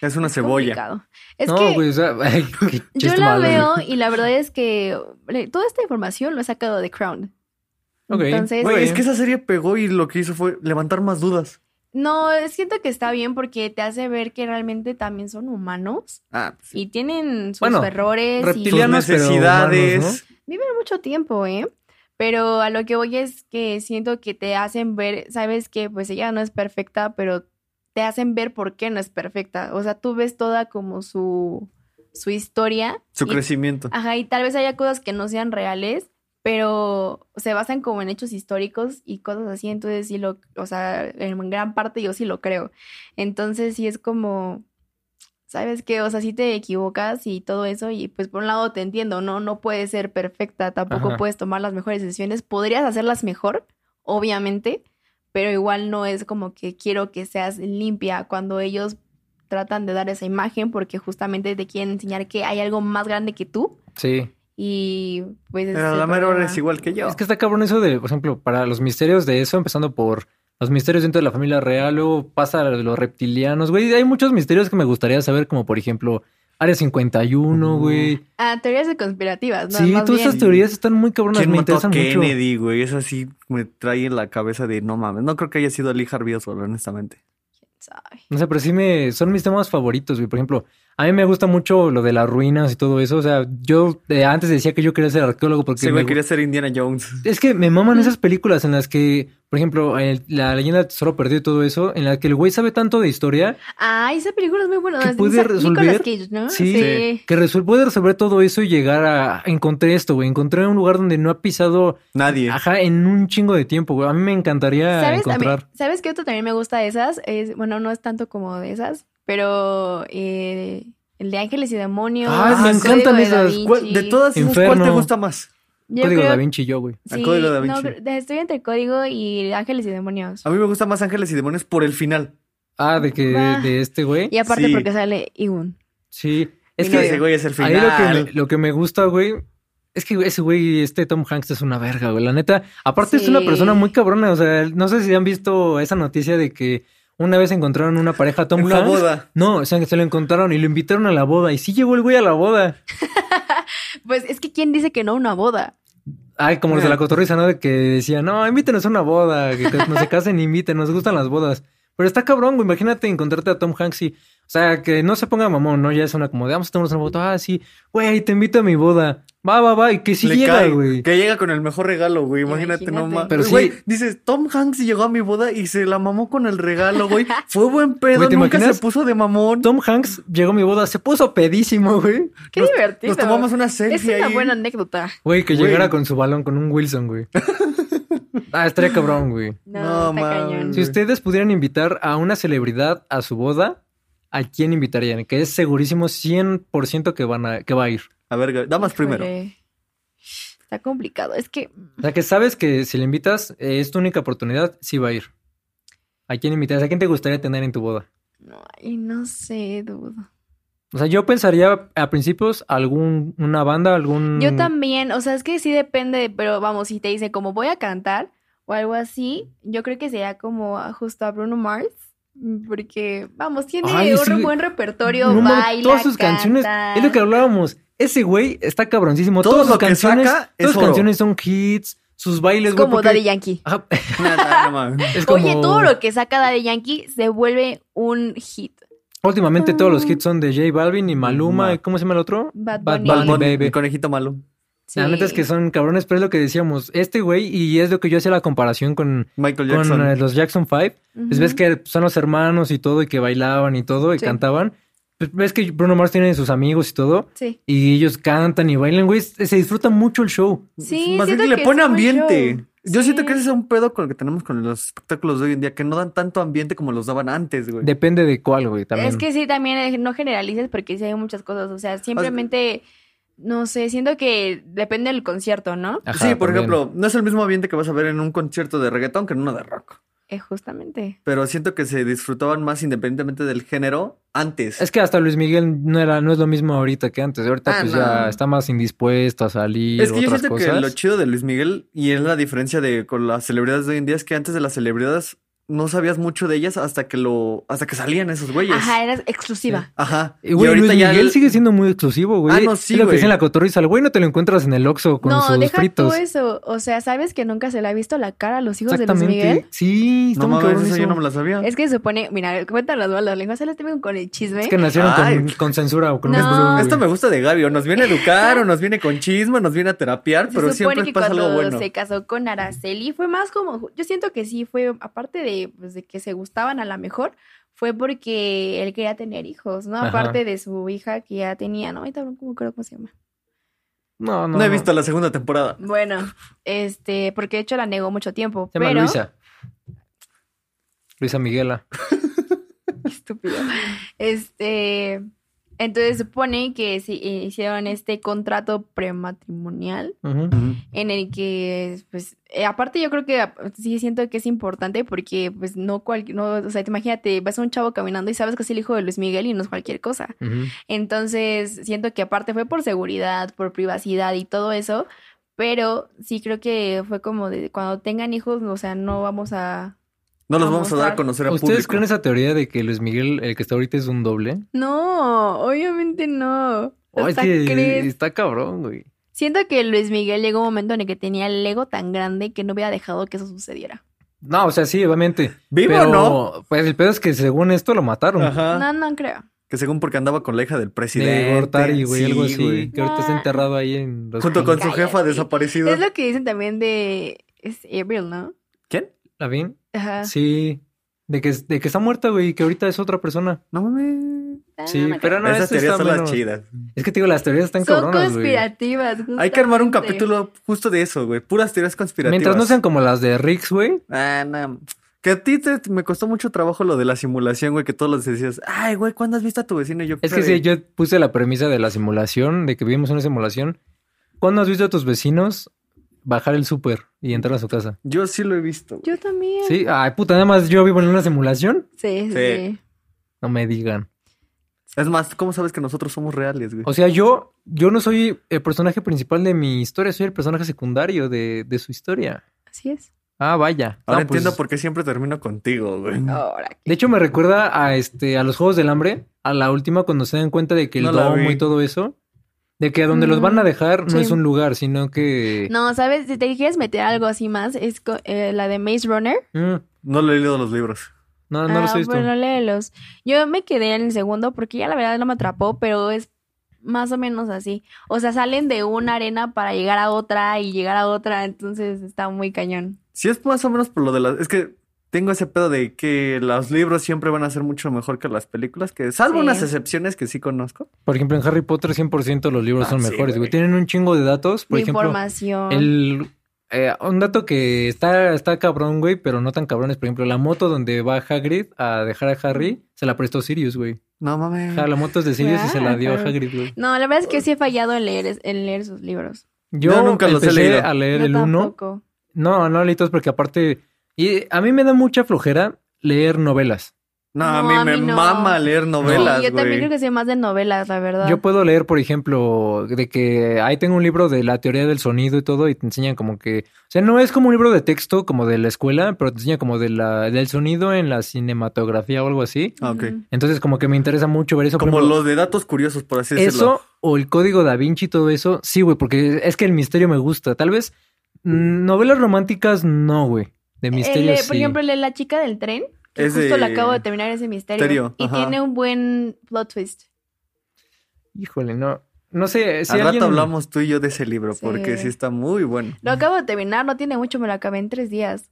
Es una cebolla.
complicado. Es
no,
que
güey, o sea, ay, qué
yo
chiste
la
malo,
veo
güey.
y la verdad es que le- toda esta información lo he sacado de Crown.
Ok.
Entonces,
Güey, es
Sí.
que esa serie pegó y lo que hizo fue levantar más dudas.
no, siento que está bien porque te hace ver que realmente también son humanos
Ah, pues,
y tienen sus
Bueno,
errores y
sus
Reptilianos, pero
necesidades.
humanos,
viven mucho tiempo, ¿eh? Pero a lo que voy es que siento que te hacen ver, sabes que pues ella no es perfecta, pero te hacen ver por qué no es perfecta. O sea, tú ves toda como su, su historia.
Su
y-
crecimiento.
Ajá, y tal vez haya cosas que no sean reales, pero se basan como en hechos históricos y cosas así, entonces sí lo, o sea, en gran parte yo sí lo creo. Entonces sí es como, ¿sabes qué? O sea, sí te equivocas y todo eso, y pues por un lado te entiendo, no, no puedes ser perfecta, tampoco
Ajá.
puedes tomar las mejores decisiones, podrías hacerlas mejor, obviamente, pero igual no es como que quiero que seas limpia cuando ellos tratan de dar esa imagen porque justamente te quieren enseñar que hay algo más grande que tú
Sí.
y pues ese
Pero a
es
la
el
mera hora
problema.
es igual que yo.
Es que está cabrón eso de, por ejemplo, para los misterios de eso, empezando por los misterios dentro de la familia real, luego pasa a los reptilianos, güey. Hay muchos misterios que me gustaría saber, como por ejemplo, Área 51,
Ujú.
güey.
Ah, teorías de conspirativas, ¿no?
sí,
Más
todas
bien.
esas teorías están muy cabronas,
¿Quién
me
mató a
interesan mucho.
Kennedy, güey? Eso sí me trae en la cabeza de no mames. No creo que haya sido Lee Harvey Oswald, honestamente.
Ay,
No sé, pero sí me, son mis temas favoritos, güey. Por ejemplo, a mí me gusta mucho lo de las ruinas y todo eso. O sea, yo eh, antes decía que yo quería ser arqueólogo porque
Ese
me
güey
gu-
quería ser Indiana Jones.
Es que me maman esas películas en las que, por ejemplo, el- la leyenda del tesoro perdido y todo eso, en la que el güey sabe tanto de historia
Ay, Ah, esa película es muy buena.
¿Que
es de
puede
Sa-
resolver?
Nicolas Cage, ¿no?
Sí.
Ah, Sí.
que resol- puede resolver todo eso y llegar a encontré esto, güey. Encontré un lugar donde no ha pisado,
Nadie.
Ah,
ajá, en un chingo de tiempo, güey. A mí me encantaría
¿Sabes? A mí-
encontrar.
¿Sabes qué otro también me gusta de esas? Es, bueno, no es tanto como de esas, pero eh, el de Ángeles y Demonios.
Ay, me
el
encantan
Código de Da
esas.
¿Cuál- de
Vinci.
todas esas, ¿cuál te
Inferno.
gusta más?
Yo
Código
creo-
Da Vinci y yo, güey.
Al
sí,
Código Da
no,
Vinci.
creo- estoy entre Código y Ángeles y Demonios.
A mí me gusta más Ángeles y Demonios por el final.
Ah, de que
Va.
de este güey.
Y aparte
Sí.
porque sale Igun.
Sí. Es
Y
que
no
ese güey es el
ahí lo que, me,
final.
lo que me gusta, güey, es que ese güey, este Tom Hanks es una verga, güey. La neta, aparte es una
Sí.
persona muy cabrona. O sea, no sé si han visto esa noticia de que una vez encontraron una pareja Tom
En una
Hanks.
boda.
No, o sea, que se lo encontraron y lo invitaron a la boda. Y sí llegó el güey a la boda.
Pues es que quién dice que no a una boda.
Ay, como los de la
Mira.
cotorriza, ¿no? De que decían, no, invítenos a una boda, que ca- nos se casen, inviten, nos gustan las bodas. Pero está cabrón, güey. Imagínate encontrarte a Tom Hanks y, o sea, que no se ponga mamón, ¿no? Ya es una como de, vamos a tomarnos una boda. Ah, sí, güey, te invito a mi boda. Va, va, va. Y que sí
Le
llega,
cae,
güey.
Que llega con el mejor regalo, güey. Imagínate,
Imagínate.
nomás.
Pero sí-
Güey, dices, Tom Hanks llegó a mi boda y se la mamó con el regalo, güey. Fue buen pedo,
Güey, ¿te
nunca
imaginas?
se puso de mamón.
Tom Hanks llegó a mi boda, se puso pedísimo, güey.
Qué
Nos-
divertido.
Nos tomamos una selfie
es una
ahí.
buena anécdota.
Güey, que
Güey.
llegara con su balón, con un Wilson, güey. ah, estaría cabrón, güey.
No,
No,
está
mames.
cañón.
Si ustedes pudieran invitar a una celebridad a su boda, ¿a quién invitarían? Que es segurísimo 100% que, van a, que va a ir.
A ver, güey, damas primero.
Híjole. Está complicado. Es que
O sea, que sabes que si le invitas, eh, es tu única oportunidad, sí va a ir. ¿A quién invitas? ¿A quién te gustaría tener en tu boda?
no, ay, no sé, dudo.
O sea, yo pensaría a principios algún una banda, algún...
Yo también, o sea, es que sí depende, de- pero vamos, si te dice como voy a cantar o algo así, yo creo que sería como justo a Bruno Mars, mm, porque vamos, tiene
Ay,
un
sí.
buen repertorio,
No mames,
baila,
todas sus canciones,
canta.
es lo que hablábamos. Ese güey está cabroncísimo.
Todo
todas sus
lo que
canciones,
saca es
todas sus
oro.
canciones son hits, sus bailes,
es
güey.
como
porque-
Daddy Yankee.
Ajá,
Nada, no mames.
es como-
Oye, todo lo que saca Daddy Yankee se vuelve un hit.
Últimamente todos los hits son de J Balvin y Maluma.
Ma-
¿y ¿Cómo se llama el otro?
Bad
Bad
Bunny.
Bad
Bunny,
Bunny,
baby.
el conejito malo.
La neta es
Sí.
que son cabrones, pero es lo que decíamos. Este güey, y es lo que yo hacía la comparación con,
Michael
con,
Jackson.
eh, los Jackson 5. Pues ves
Ujú.
que son los hermanos y todo, y que bailaban y todo, y
Sí.
cantaban. Pues ves que Bruno Mars tiene sus amigos y todo,
Sí.
y ellos cantan y bailan, güey. Se se disfruta mucho el show.
Sí,
Más bien
siento
que le
que
pone
es un
ambiente.
show.
Yo siento que
Sí.
ese es un pedo con lo que tenemos con los espectáculos de hoy en día, que no dan tanto ambiente como los daban antes, güey.
Depende de cuál, güey, también.
Es que sí, también eh, no generalices porque sí hay muchas cosas. O sea, simplemente, no sé, siento que depende del concierto, ¿no?
Ajá,
sí, por
también.
ejemplo, no es el mismo ambiente que vas a ver en un concierto de reggaetón que en uno de rock.
Eh, justamente.
Pero siento que se disfrutaban más independientemente del género antes.
Es que hasta Luis Miguel no era, no es lo mismo ahorita que antes. Ahorita
Ah,
pues
no.
ya está más indispuesto a salir.
Es que yo
otras
siento
cosas.
que lo chido de Luis Miguel y es la diferencia de con las celebridades de hoy en día es que antes de las celebridades no sabías mucho de ellas hasta que lo, hasta que salían esos güeyes.
Ajá, eras exclusiva.
Ajá.
Y, güey, Luis Miguel
el-
sigue siendo muy exclusivo, güey.
Ah, no, sí,
Es lo que
güey.
decía en la cotorriza. El güey no te lo encuentras en el Oxxo con
no,
sus
deja
fritos.
tú eso. O sea, ¿sabes que nunca se le ha visto la cara a los hijos de Luis
Exactamente.
Miguel?
Sí, está
No
muy
mames,
cabrón
esa yo
eso.
no me la sabía.
Es que se supone, mira, cuentan las malas lenguas, se las tengo con el chisme.
Es que nacieron
Ay.
con, con censura o con un
No.
blue, güey.
Esto me gusta de Gaby, o nos viene a educar, o nos viene con chisme, o nos viene a terapiar,
Se
pero
supone
siempre
que
pasa algo
cuando
bueno.
se casó con Araceli fue más como, yo siento que sí fue, aparte de, pues, de que se gustaban a la mejor, fue porque él quería tener hijos, ¿no?
Ajá.
Aparte de su hija que ya tenía, ¿no? Ahorita no me acuerdo cómo se llama.
No, no.
No he visto la segunda temporada.
Bueno, este, porque de hecho la negó mucho tiempo,
Se llama
pero...
Luisa. Luisa Miguela.
estúpido. Este, entonces supone que sí, hicieron este contrato prematrimonial
Ujú.
en el que, pues, eh, aparte yo creo que ah, sí siento que es importante porque, pues, no cualquier, no, o sea, te imagínate, vas a un chavo caminando y sabes que es el hijo de Luis Miguel y no es cualquier cosa.
Ujú.
Entonces, siento que aparte fue por seguridad, por privacidad y todo eso, pero sí creo que fue como de cuando tengan hijos, o sea, no vamos a...
No los
Vamos
vamos a dar
a-
a conocer a
¿Ustedes
público.
creen esa teoría de que Luis Miguel, el que está ahorita, es un doble?
No, obviamente no.
Oh, es
Hasta
que
crees.
está cabrón, güey.
Siento que Luis Miguel llegó un momento en el que tenía el ego tan grande que no hubiera dejado que eso sucediera.
No, o sea, sí, obviamente.
¿Vivo
pero,
o no?
Pues el pedo es que según esto lo mataron.
Ajá.
No, no creo.
Que según porque andaba con la hija del presidente.
De Gortari, güey,
Sí,
algo así.
güey.
Que ahorita está
Nah.
enterrado ahí en los
Junto con su
Cállate.
jefa desaparecida.
Es lo que dicen también de es Avril, ¿no?
¿Quién?
¿Lavín?
Ajá.
Sí. De que, de que está muerta, güey, y que ahorita es otra persona.
No mames.
Ah,
Sí,
no
pero
creo.
no, eso
Esas
está
teorías son las
menos-
chidas.
Es que te digo, las teorías están
Son
cabronas, güey.
conspirativas.
Hay que armar un
justamente.
capítulo justo de eso, güey. Puras teorías conspirativas.
Mientras no sean como las de Rix, güey.
Ah, no. Que a ti te- me costó mucho trabajo lo de la simulación, güey, que todos los decías, ay, güey, ¿cuándo has visto a tu vecino? Y yo,
Es que
"Pero,
sí, yo puse la premisa de la simulación, de que vivimos una simulación. ¿Cuándo has visto a tus vecinos bajar el súper y entrar a su casa?
yo sí lo he visto. güey".
Yo también. Sí,
Sí, ay, puta, nada más yo vivo en una simulación.
sí.
Sí.
sí.
No me digan.
Es más, ¿cómo sabes que nosotros somos reales, güey?
O sea, yo, yo no soy el personaje principal de mi historia, soy el personaje secundario de, de su historia.
Así es.
Ah, vaya.
Ahora
No, pues,
entiendo por qué siempre termino contigo, güey.
Mm.
Ahora.
De hecho, me recuerda a este, a los Juegos del Hambre, a la última cuando se dan cuenta de que el
No la
domo
vi.
y todo eso, de que a donde los
Mm,
van a dejar no
sí.
es un lugar, sino que
No, ¿sabes? Si te quieres meter algo así más, es co- eh, la de Maze Runner.
Mm,
No lo he leído los libros.
no, no lo
ah,
estoy visto.
bueno, léelos. Yo me quedé en el segundo porque ya la verdad no me atrapó, pero es más o menos así. O sea, salen de una arena para llegar a otra y llegar a otra, entonces está muy cañón.
Si es más o menos por lo de las... Es que tengo ese pedo de que los libros siempre van a ser mucho mejor que las películas, que salvo
Sí.
unas excepciones que sí conozco.
Por ejemplo, en Harry Potter 100% los libros
Ah,
son
sí,
mejores, güey.
güey.
Tienen un chingo de datos, por
De
ejemplo,
información.
el eh, un dato que está está cabrón, güey, pero no tan cabrón es, por ejemplo, la moto donde va Hagrid a dejar a Harry, se la prestó Sirius, güey.
No
O
mames.
sea, la moto es de Sirius y se la dio a
Wow.
Hagrid, güey.
No, la verdad es que sí he fallado en leer, es- en leer sus libros.
Yo
nunca los he
empecé
leído.
a leer
Yo
el 1
tampoco.
No, no leítos porque aparte... Y a mí me da mucha flojera leer novelas.
No, a
No,
mí
a
me
mí no.
mama leer novelas,
Sí, yo
güey.
también creo que soy más de novelas, la verdad.
Yo puedo leer, por ejemplo, de que ahí tengo un libro de la teoría del sonido y todo y te enseñan como que... O sea, no es como un libro de texto como de la escuela, pero te enseña como de la, del sonido en la cinematografía o algo así.
Ah, ok.
Ujú.
Entonces como que me interesa mucho ver eso. por
Como
ejemplo,
los de datos curiosos, por así decirlo.
Eso o el código da Vinci y todo eso, sí, güey, porque es que el misterio me gusta. Tal vez mm, novelas románticas no, güey. De
El
misterio
de-
sí.
Eh, Por ejemplo, el de la chica del tren, que
Es
justo lo
de-
acabo de terminar ese misterio.
Misterio,
y
ajá.
tiene un buen plot twist.
Híjole, no. No sé, si
Al
alguien...
rato hablamos tú y yo de ese libro,
Sí.
porque sí está muy bueno.
Lo acabo de terminar, no tiene mucho, me lo acabé en tres días.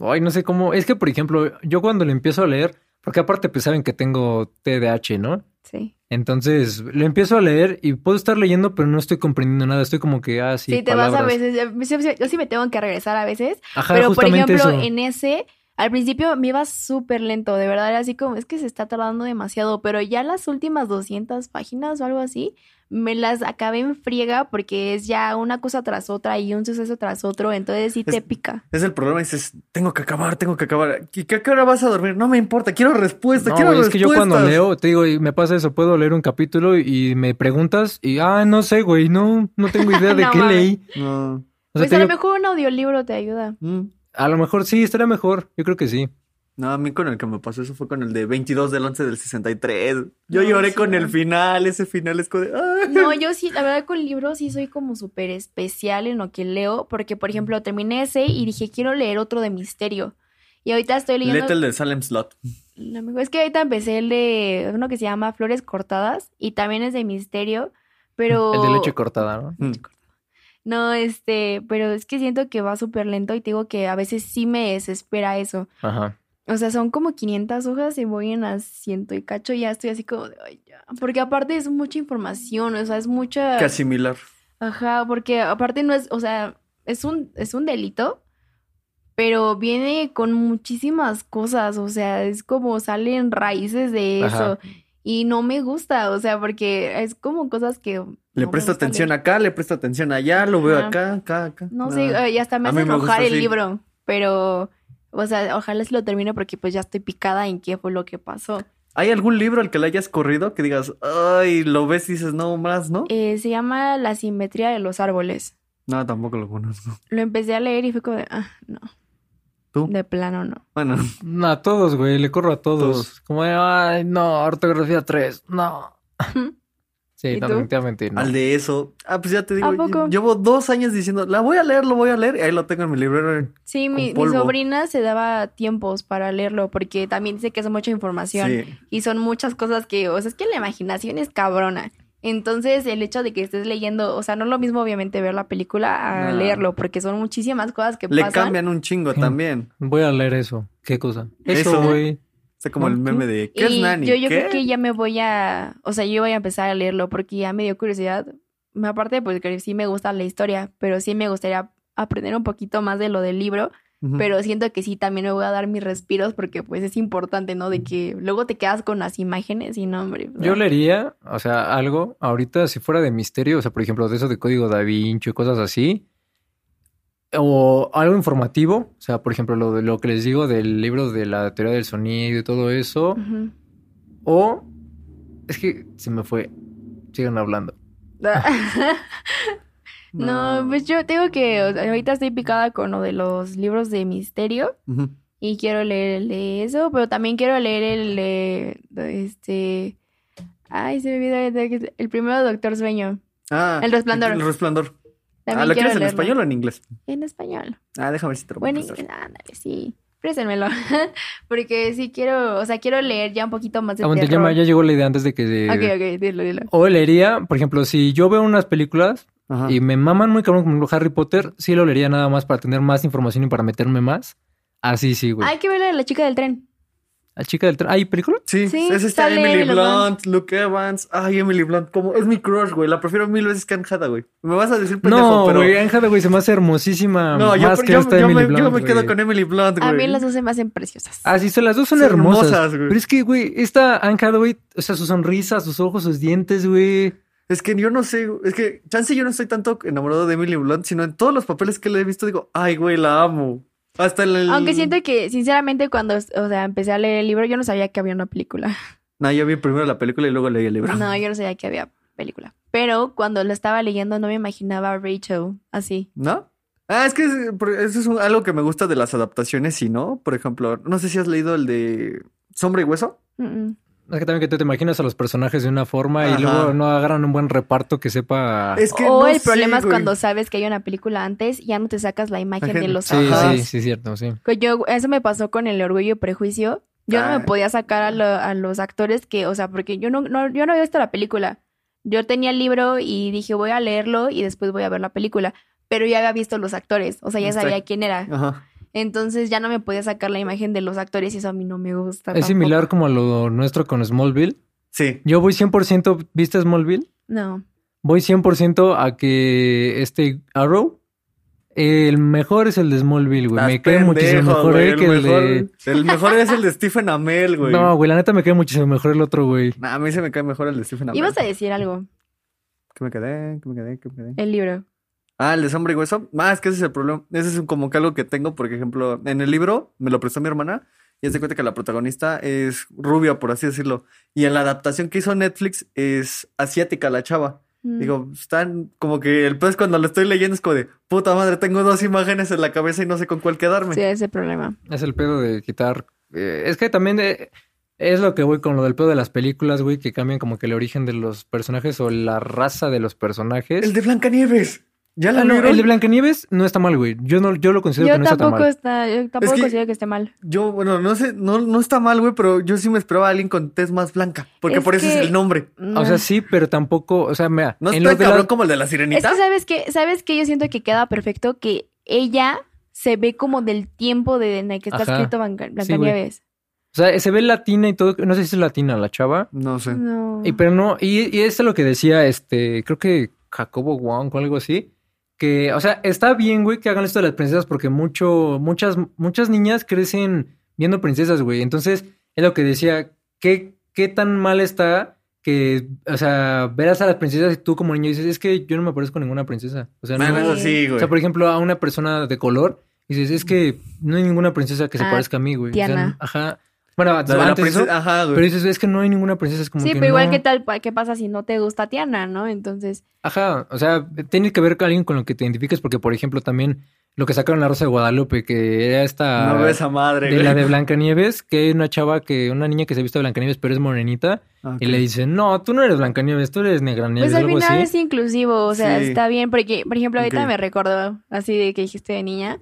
Ay, no sé cómo. Es que, por ejemplo, yo cuando lo empiezo a leer, porque aparte, pues saben que tengo TDAH, ¿no?
Sí.
Entonces, lo empiezo a leer y puedo estar leyendo, pero no estoy comprendiendo nada. Estoy como que, ah, sí.
Sí, te vas a
palabras.
veces. Yo, sí- yo sí me tengo que regresar a veces.
Ajá,
pero por
justamente
ejemplo,
eso.
en ese, al principio me iba súper lento, de verdad, era así como, es que se está tardando demasiado, pero ya las últimas 200 páginas o algo así, me las acabé en friega porque es ya una cosa tras otra y un suceso tras otro, entonces sí
Es-
te pica.
Es el problema, dices, tengo que acabar, tengo que acabar. ¿Y qué, a qué hora vas a dormir? No me importa, quiero respuesta,
No,
Pues, quiero
güey, es que yo cuando
respuestas.
leo, te digo, y me pasa eso, puedo leer un capítulo y me preguntas y, ah, no sé, güey, no, no tengo idea de
No
qué
mames.
leí.
No.
O sea,
pues
te
a lo
digo,
mejor un audiolibro te ayuda.
Mm.
a lo mejor sí, estaría mejor, yo creo que sí.
No, a mí con el que me pasó eso fue con el de 22 del 11 del 63. Yo
No,
lloré
sí,
con
no.
el final, ese final es como de... ¡ah!
No, yo sí, la verdad con libros sí soy como súper especial en lo que leo, porque por ejemplo terminé ese y dije, quiero leer otro de misterio. Y ahorita estoy leyendo...
Léete el de Salem Slot.
No, amigo, es que ahorita empecé el de uno que se llama Flores Cortadas y también es de misterio, pero...
El de leche cortada, ¿no?
Mm.
No, este, pero es que siento que va súper lento y te digo que a veces sí me desespera eso.
Ajá.
O sea, son como 500 hojas y voy en las ciento y cacho y ya estoy así como de, ay, ya. Porque aparte es mucha información, o sea, es mucha...
Que asimilar.
Ajá, porque aparte no es, o sea, es un, es un delito, pero viene con muchísimas cosas, o sea, es como salen raíces de
Ajá.
eso y no me gusta, o sea, porque es como cosas que...
Le presto atención acá, le presto atención allá, lo veo
Ajá.
acá, acá, acá.
No
Ah.
sé, eh, ya hasta me
A
hace
mí me gusta
enojar el
así.
libro, pero, o sea, ojalá se lo termine porque pues ya estoy picada en qué fue lo que pasó.
¿Hay algún libro al que le hayas corrido que digas, ay, lo ves y dices, no, más, ¿no?
Eh, se llama La simetría de los árboles.
No, tampoco lo conozco.
Lo empecé a leer y fue como de, ah, no,
¿Tú?
de plano no.
Bueno,
No, a todos, güey. Le corro a todos.
Todos.
Como, de, ay, no, ortografía 3. No.
¿Y
Sí,
tú?
definitivamente no.
al de eso. Ah, pues ya te digo,
¿A poco?
llevo dos años diciendo, la voy a leer, lo voy a leer. Y ahí lo tengo en mi librero.
Sí, mi, mi
polvo.
sobrina se daba tiempos para leerlo porque también dice que es mucha información
Sí.
y son muchas cosas que, o sea, es que la imaginación es cabrona. Entonces, el hecho de que estés leyendo, o sea, no es lo mismo obviamente ver la película a
No.
leerlo porque son muchísimas cosas que
Le
pasan.
cambian un chingo
Sí.
también.
Voy a leer eso. ¿Qué cosa?
Eso.
Eso, güey.
O sea, como el
¿Qué?
meme de, ¿qué es
y
Nani?
yo, yo creo
¿Qué?
que ya me voy a, o sea, yo voy a empezar a leerlo porque ya me dio curiosidad. Aparte, pues que sí me gusta la historia, pero sí me gustaría aprender un poquito más de lo del libro
Ujú.
Pero siento que sí, también me voy a dar mis respiros porque pues es importante, ¿no? De que luego te quedas con las imágenes y no, hombre. pues,
Yo leería, o sea, algo ahorita si fuera de misterio, o sea, por ejemplo, de eso de código da Vinci y cosas así, o algo informativo, o sea, por ejemplo, lo, de- lo que les digo del libro de la teoría del sonido y todo eso,
Ujú.
o es que se me fue, sigan hablando.
no, pues yo tengo que, o sea, ahorita estoy picada con lo de los libros de misterio
Ujú.
y quiero leer el de eso, pero también quiero leer el de, de este... Ay, se me olvidó el, de- el primero de Doctor Sueño.
Ah,
El Resplandor.
El resplandor.
También
ah, ¿lo
quiero
quieres en
leerlo.
español o en inglés?
En español.
Ah, déjame ver si te lo puedo
Bueno,
prestar.
ándale, sí. Préstenmelo. Porque sí quiero, o sea, quiero leer ya un poquito más de
Aguanta, Ah, ya,
terror.
me- ya llegó la idea antes de que...
Ok, ok, dilo, dilo.
O leería, por ejemplo, si yo veo unas películas
Ajá.
y me maman muy cabrón como Harry Potter, sí lo leería nada más para tener más información y para meterme más. Así sí, güey.
Hay que ver la de la chica del tren.
La chica del tren. ¿Hay película?
Sí,
Sí,
es esta
sale
Emily
Emily
Blunt, Luke Evans. Ay, Emily Blunt, como es mi crush, güey. La prefiero mil veces que Anne güey. Me vas a decir pendejo,
No,
pero.
güey, Anne Hathaway se me hace hermosísima.
no, yo,
más
yo-
que
yo
esta
me-
Emily
yo me,
Blunt,
quedo
güey.
con Emily Blunt, güey.
A mí las dos se me hacen preciosas.
Ah, sí, son- las dos son
Son
hermosas.
hermosas, güey.
pero es que, güey, esta Anne Hathaway, o sea, su sonrisa, sus ojos, sus dientes, güey.
Es que yo no sé, es que chance yo no estoy tanto enamorado de Emily Blunt, sino en todos los papeles que le he visto digo, ay, güey, la amo. Hasta en el.
Aunque siento que, sinceramente, cuando o sea, empecé a leer el libro, yo no sabía que había una película.
No, yo vi primero la película y luego leí el libro.
No, yo no sabía que había película. Pero cuando lo estaba leyendo, no me imaginaba a Rachel así.
¿No? Ah, es que es- por- eso es un- algo que me gusta de las adaptaciones y no. Por ejemplo, no sé si has leído el de Sombra y Hueso.
Mm, mm.
Es que también que tú te imaginas a los personajes de una forma
Ajá.
y luego no agarran un buen reparto que sepa.
Es que
o
no
el
sé,
problema es
güey.
cuando sabes que hay una película antes y ya no te sacas la imagen de
Imagen.
los
Sí,
Ajá.
ojos.
sí, sí, cierto, sí.
Que Pues Yo, eso me pasó con el orgullo y prejuicio. Yo no
Ah.
me podía sacar a, lo- a los actores que, o sea, porque yo no, no- yo no había visto la película. Yo tenía el libro y dije, voy a leerlo y después voy a ver la película. Pero ya había visto los actores, o sea, ya
Exacto. Ah.
sabía quién era.
Ajá.
Entonces ya no me podía sacar la imagen de los actores y eso a mí no me
Es
gusta. Ah, tampoco.
similar como lo nuestro con Smallville.
Sí.
Yo voy 100%, ¿viste Smallville?
No.
Voy 100% a que este Arrow, el mejor es el de Smallville, güey. Me cae muchísimo mejor
güey,
él que el
mejor,
de...
el mejor es el de Stephen Amell, güey.
No,
No,
güey, la neta me cae muchísimo mejor el otro, güey.
a mí se me cae mejor el de Stephen Amell.
Ibas a decir algo,
Que me quedé, que me quedé, que me quedé.
el libro.
Ah, el de sombra y hueso. Ah, es que ese es el problema. Ese es un- como que algo que tengo, por ejemplo, en el libro me lo prestó mi hermana y se cuenta que la protagonista es rubia, por así decirlo. Y en la adaptación que hizo Netflix es asiática la chava.
Mm.
Digo, están como que el pez cuando lo estoy leyendo es como de puta madre, tengo dos imágenes en la cabeza y no sé con cuál quedarme.
Sí, ese problema.
Es el pedo de quitar eh, es que también eh, es lo que voy con lo del pedo de las películas, güey, que cambian como que el origen de los personajes o la raza de los personajes.
El de Blancanieves. Ya la
Ah, no,
vieron?
el de Blancanieves no está mal, güey. Yo no, yo lo considero
Yo
que no está tan
tampoco,
mal.
está, yo tampoco
que-
considero que esté mal.
Yo, bueno, no sé, no, no está mal, güey, pero yo sí me esperaba a alguien con tez más blanca. Porque
Es
por eso
que-
es el nombre.
O sea, sí, pero tampoco, o sea, mira,
No
en
es
lo
tan
de la-
cabrón como el de la
Es
sirenita.
que sabes que, sabes que yo siento que queda perfecto que ella se ve como del tiempo de en el que está
Ajá.
escrito Blanca- Blancanieves.
o sea, se ve latina y todo, no sé si es latina la chava,
No sé.
no.
Y pero no, y, y eso es lo que decía este, creo que Jacobo Wong o algo así. Que, o sea, está bien, güey, que hagan esto de las princesas, porque mucho, muchas, muchas niñas crecen viendo princesas, güey. Entonces, es lo que decía, ¿qué, qué tan mal está que, o sea, verás a las princesas y tú como niño dices, es que yo no me parezco a ninguna princesa. O sea, no,
Man, eso
Sí.
sí, güey.
o sea, por ejemplo, a una persona de color, dices, es que no hay ninguna princesa que se
Ah,
parezca a mí, güey. O sea,
Tiana.
ajá. Bueno,
La de la
antes eso,
princesa- Ajá, güey.
pero dices, es que no hay ninguna princesa, es como
sí,
que
pero igual
no".
qué tal, pa- qué pasa si no te gusta Tiana, ¿no? Entonces,
Ajá, o sea, tiene que ver con alguien con lo que te identifiques, porque por ejemplo también lo que sacaron en La Rosa de Guadalupe, que era esta
no ves a madre,
de
güey.
la de Blancanieves, que hay una chava que, una niña que se viste Blancanieves, pero es morenita,
Ah, ok.
y le dicen, no, tú no eres Blancanieves, tú eres Negranieves,
pues al
algo
final
así.
es inclusivo, o sea,
Sí.
está bien, porque, por ejemplo, ahorita
Ok.
me recordó así de que dijiste de niña.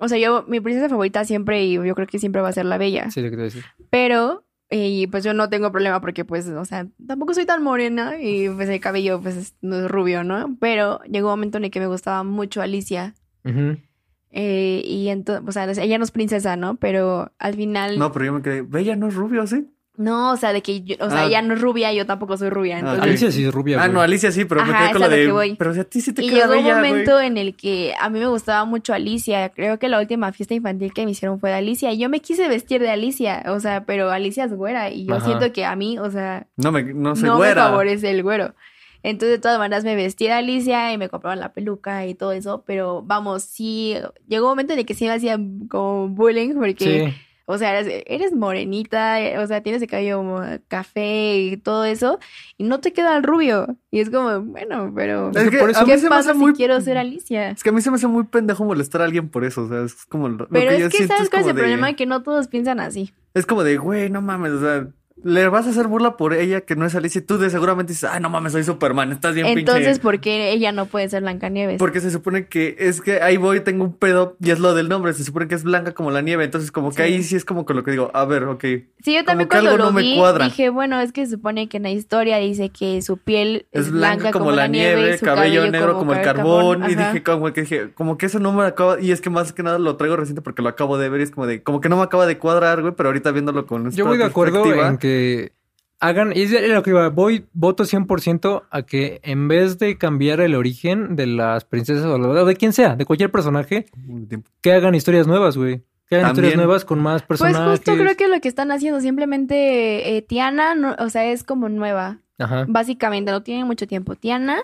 O sea, yo, mi princesa favorita siempre, y yo creo que siempre va a ser la bella.
Sí, lo que te voy a decir.
Pero, eh, pues yo no tengo problema porque, pues, o sea, tampoco soy tan morena y pues el cabello, pues, es- no es rubio, ¿no? Pero llegó un momento en el que me gustaba mucho Alicia.
Ujú.
eh, y entonces, o sea, ella no es princesa, ¿no? Pero al final,
No,
no,
pero yo me quedé. Bella no es rubio, ¿sí?
o sea, de que, yo- o sea,
Ah.
ella no es rubia, yo tampoco soy rubia.
Ah,
Entonces,
Alicia sí es rubia,
Ah, no,
güey.
Alicia sí, pero me
Ajá,
quedé con
es a
la
lo que
de.
voy.
Pero si a ti sí te
Y
queda
llegó un
bella, güey.
momento en el que a mí me gustaba mucho Alicia. Creo que la última fiesta infantil que me hicieron fue de Alicia. Y yo me quise vestir de Alicia, o sea, pero Alicia es güera. Y yo
Ajá.
siento que a mí, o sea,
No me, no soy
no
güera.
me favorece el güero. Entonces, de todas maneras, me vestí de Alicia y me compraban la peluca y todo eso. Pero vamos, sí, llegó un momento en el que sí me hacían como bullying porque,
Sí,
o sea, eres, eres morenita, eh, o sea, tienes el cabello como café y todo eso, y no te queda el rubio. Y es como, bueno, pero.
Es que por eso-
a mí
¿Qué
se me hace
pasa si
muy-
quiero ser Alicia?
Es que a mí se me hace muy pendejo molestar a alguien por eso. O sea, es como. Lo
Pero
que
es
yo
que,
siento
¿sabes cuál es el
como de-
problema? Que no todos piensan así.
Es como de, güey, no mames, o sea, le vas a hacer burla por ella que no es Alicia y tú de seguramente dices, ah, no mames, soy Superman, estás bien
Entonces,
pinche.
¿por qué ella no puede ser Blancanieves?
Porque se supone que es que ahí voy, tengo un pedo y es lo del nombre, se supone que es blanca como la nieve, entonces como que
Sí.
ahí sí es como con lo que digo, a ver, ok.
Sí, yo
Como
también
que
cuando
algo
lo
no me
vi
cuadra.
dije, bueno, es que se supone que en la historia dice que su piel es, blanca, como, la nieve, y su
cabello, negro como, el carbón, y
ajá.
dije como que dije, como que eso no me acaba, y es que más que nada lo traigo reciente porque lo acabo de ver y es como de, como que no me acaba de cuadrar, güey, pero ahorita viéndolo con esta
yo voy de acuerdo
perspectiva,
en que hagan, y es de lo que iba, voy, voto 100% a que en vez de cambiar el origen de las princesas o lo- o de quien sea, de cualquier personaje, que hagan historias nuevas, güey. Que hagan
También.
historias nuevas con más
Pues
personajes.
justo creo que lo que están haciendo, simplemente eh, Tiana, no- o sea, es como nueva,
Ah.
Ajá.
básicamente, no tiene mucho tiempo Tiana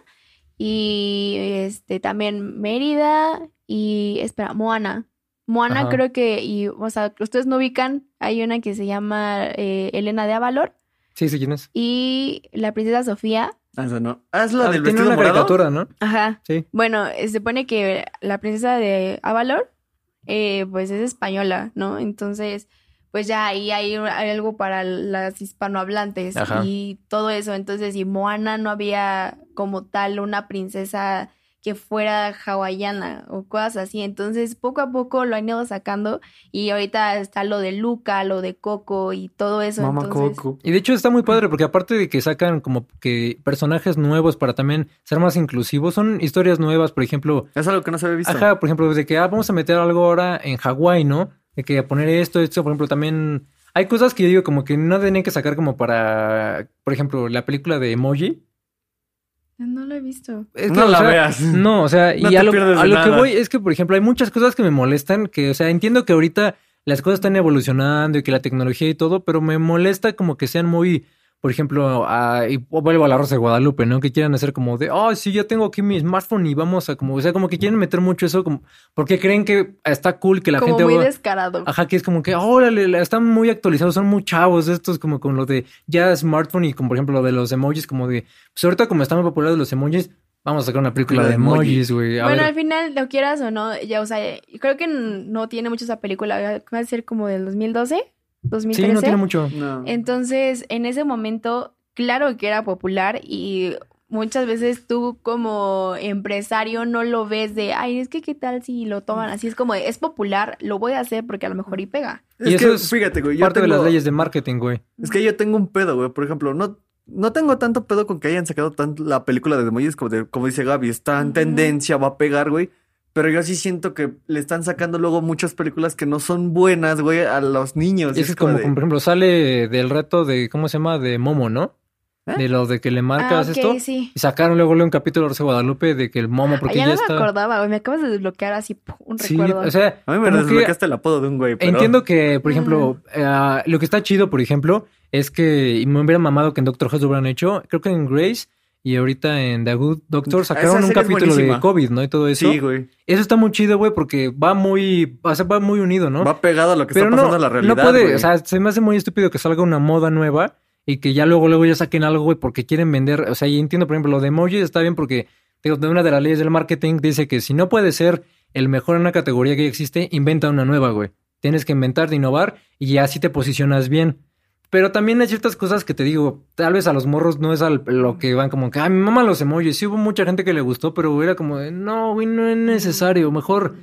y este también Mérida y, espera, Moana. Moana
Ajá.
creo que, y, o sea, ustedes no ubican, hay una que se llama eh, Elena de Avalor
Sí, sí, ¿quién es?
y la princesa Sofía.
Ah, esa no. Ah, es la
Ah,
del
tiene
vestido
una
morado.
caricatura, ¿no?
Ajá.
Sí.
Bueno, eh, se supone que la princesa de Avalor, eh, pues es española, ¿no? Entonces, pues ya ahí hay, un- hay algo para las hispanohablantes
Ajá.
y todo eso. Entonces, y Moana no había como tal una princesa que fuera hawaiana o cosas así. Entonces, poco a poco lo han ido sacando y ahorita está lo de Luca, lo de Coco y todo eso.
Mamá
Entonces,
Coco.
Y de hecho está muy padre porque aparte de que sacan como que personajes nuevos para también ser más inclusivos, son historias nuevas, por ejemplo,
Es algo que no se había visto.
ajá, por ejemplo, de que ah, vamos a meter algo ahora en Hawái, ¿no? De que poner esto, esto, por ejemplo, también hay cosas que yo digo como que no tenían que sacar como para, por ejemplo, la película de Emoji.
no lo he visto.
Es que,
no
o
la
sea,
veas.
No, o sea,
No
y
te
a lo,
pierdes de
a lo que
nada.
voy es que, por ejemplo, hay muchas cosas que me molestan, que, o sea, entiendo que ahorita las cosas están evolucionando y que la tecnología y todo, pero me molesta como que sean muy, por ejemplo, a- y vuelvo a la Rosa de Guadalupe, ¿no? Que quieran hacer como de, oh, sí, yo tengo aquí mi smartphone y vamos a como, o sea, como que quieren meter mucho eso, como, porque creen que está cool que la
como
gente...
muy
va-
descarado.
Ajá, que es como que, órale, la- están muy actualizados, son muy chavos estos, como con lo de ya smartphone y como por ejemplo lo de los emojis, como de, pues ahorita como están muy populares los emojis, vamos a sacar una película
La
de
de emoji.
emojis, güey. A
bueno,
ver,
al final, lo quieras o no, ya, o sea, creo que n- no tiene mucho esa película, va a ser como del 2012, 2013.
Sí, no tiene mucho.
No.
Entonces, en ese momento, claro que era popular y muchas veces tú como empresario no lo ves de, ay, es que qué tal si lo toman así. Es como, de, es popular, lo voy a hacer porque a lo mejor y pega.
Es
Y
que,
eso es
fíjate, güey. Yo
Parte de
tengo-
las leyes de marketing, güey.
Es que yo tengo un pedo, güey. Por ejemplo, no, no tengo tanto pedo con que hayan sacado tanto la película de Demolles como, de- como dice Gaby. Está en
Ujú.
tendencia, va a pegar, güey. Pero yo sí siento que le están sacando luego muchas películas que no son buenas, güey, a los niños.
Y es que como,
de-
como, por ejemplo, sale del reto de, ¿cómo se llama? De Momo, ¿no?
¿Eh?
De lo de que le marcas
ah, ok,
esto.
sí. Ah,
Y sacaron luego luego un capítulo de Rosa de Guadalupe de que el Momo, porque
ya
ya,
no me
está.
acordaba, güey. Me acabas de desbloquear así ¡pum! un
Sí,
recuerdo.
o sea,
A mí me
como que
desbloqueaste el apodo de un güey, pero...
Entiendo que,
Mm.
por ejemplo, eh, lo que está chido, por ejemplo, es que y me hubiera mamado que en Doctor House lo hubieran hecho. Creo que en Grace y ahorita en The Good Doctor
Esa
sacaron un
serie es
capítulo de
buenísima.
COVID, ¿no? Y todo eso.
Sí, güey.
eso está muy chido, güey, porque va muy, o sea, va muy unido, ¿no?
Va pegado a lo que
Pero
está
no,
pasando a la realidad,
no puede,
güey.
o sea, se me hace muy estúpido que salga una moda nueva y que ya luego, luego ya saquen algo, güey, porque quieren vender. O sea, y entiendo, por ejemplo, lo de emojis está bien porque digo, de una de las leyes del marketing dice que si no puede ser el mejor en una categoría que ya existe, inventa una nueva, güey. Tienes que inventar, innovar y así te posicionas bien. Pero también hay ciertas cosas que te digo, tal vez a los morros no es al- lo que van como que, ah, mi mamá los emojis. Sí hubo mucha gente que le gustó, pero era como, de, no, güey, no es necesario. Mejor,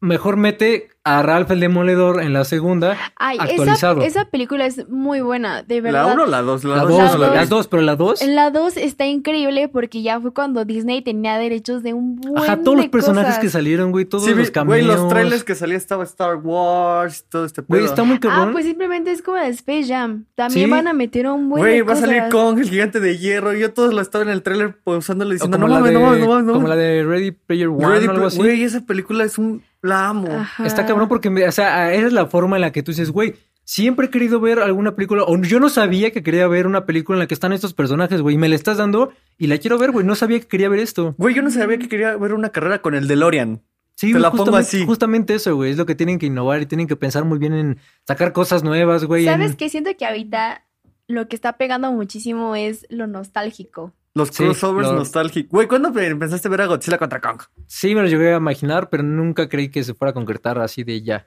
mejor mete a Ralph el Demoledor en la segunda.
Ay, esa,
actualizado.
esa película es muy buena, de
¿La
verdad.
1 o la 2? La
La
2
dos,
dos.
la- las dos, pero la dos.
En la 2 está increíble porque ya fue cuando Disney tenía derechos de un buen
Ajá, todos los
de
personajes
cosas.
que salieron, güey, todos
Sí,
los
vi-
cameos.
güey, los trailers que salía estaba Star Wars, todo este pedo.
Güey, está muy cabrón.
Ah, pues simplemente es como de Space Jam. También
Sí.
van a meter un buen
Güey,
de
va a salir
cosas.
Kong, el gigante de hierro. Yo todos lo estaba en el tráiler pausándolo y
O
diciendo, no
como la
mames, no
de-
mames, no mames, no
Como la
mames.
de Ready Player One
Ready
o algo
Pla-
así.
Güey, esa película es un... La amo.
Ajá.
Está cabrón porque, me- o sea, esa es la forma en la que tú dices, güey, siempre he querido ver alguna película, o yo no sabía que quería ver una película en la que están estos personajes, güey, y me la estás dando y la quiero ver, güey, no sabía que quería ver esto.
Güey, yo no sabía que quería ver una carrera con el DeLorean.
Sí,
Te
güey,
la pongo
justamente,
así.
justamente eso, güey, es lo que tienen que innovar y tienen que pensar muy bien en sacar cosas nuevas, güey.
¿Sabes
en-
qué? Siento que ahorita lo que está pegando muchísimo es lo nostálgico.
Los
Sí,
crossovers
lo-
nostálgicos. Güey, ¿cuándo empezaste a ver a Godzilla contra Kong?
Sí, me lo llegué a imaginar, pero nunca creí que se fuera a concretar así de ya.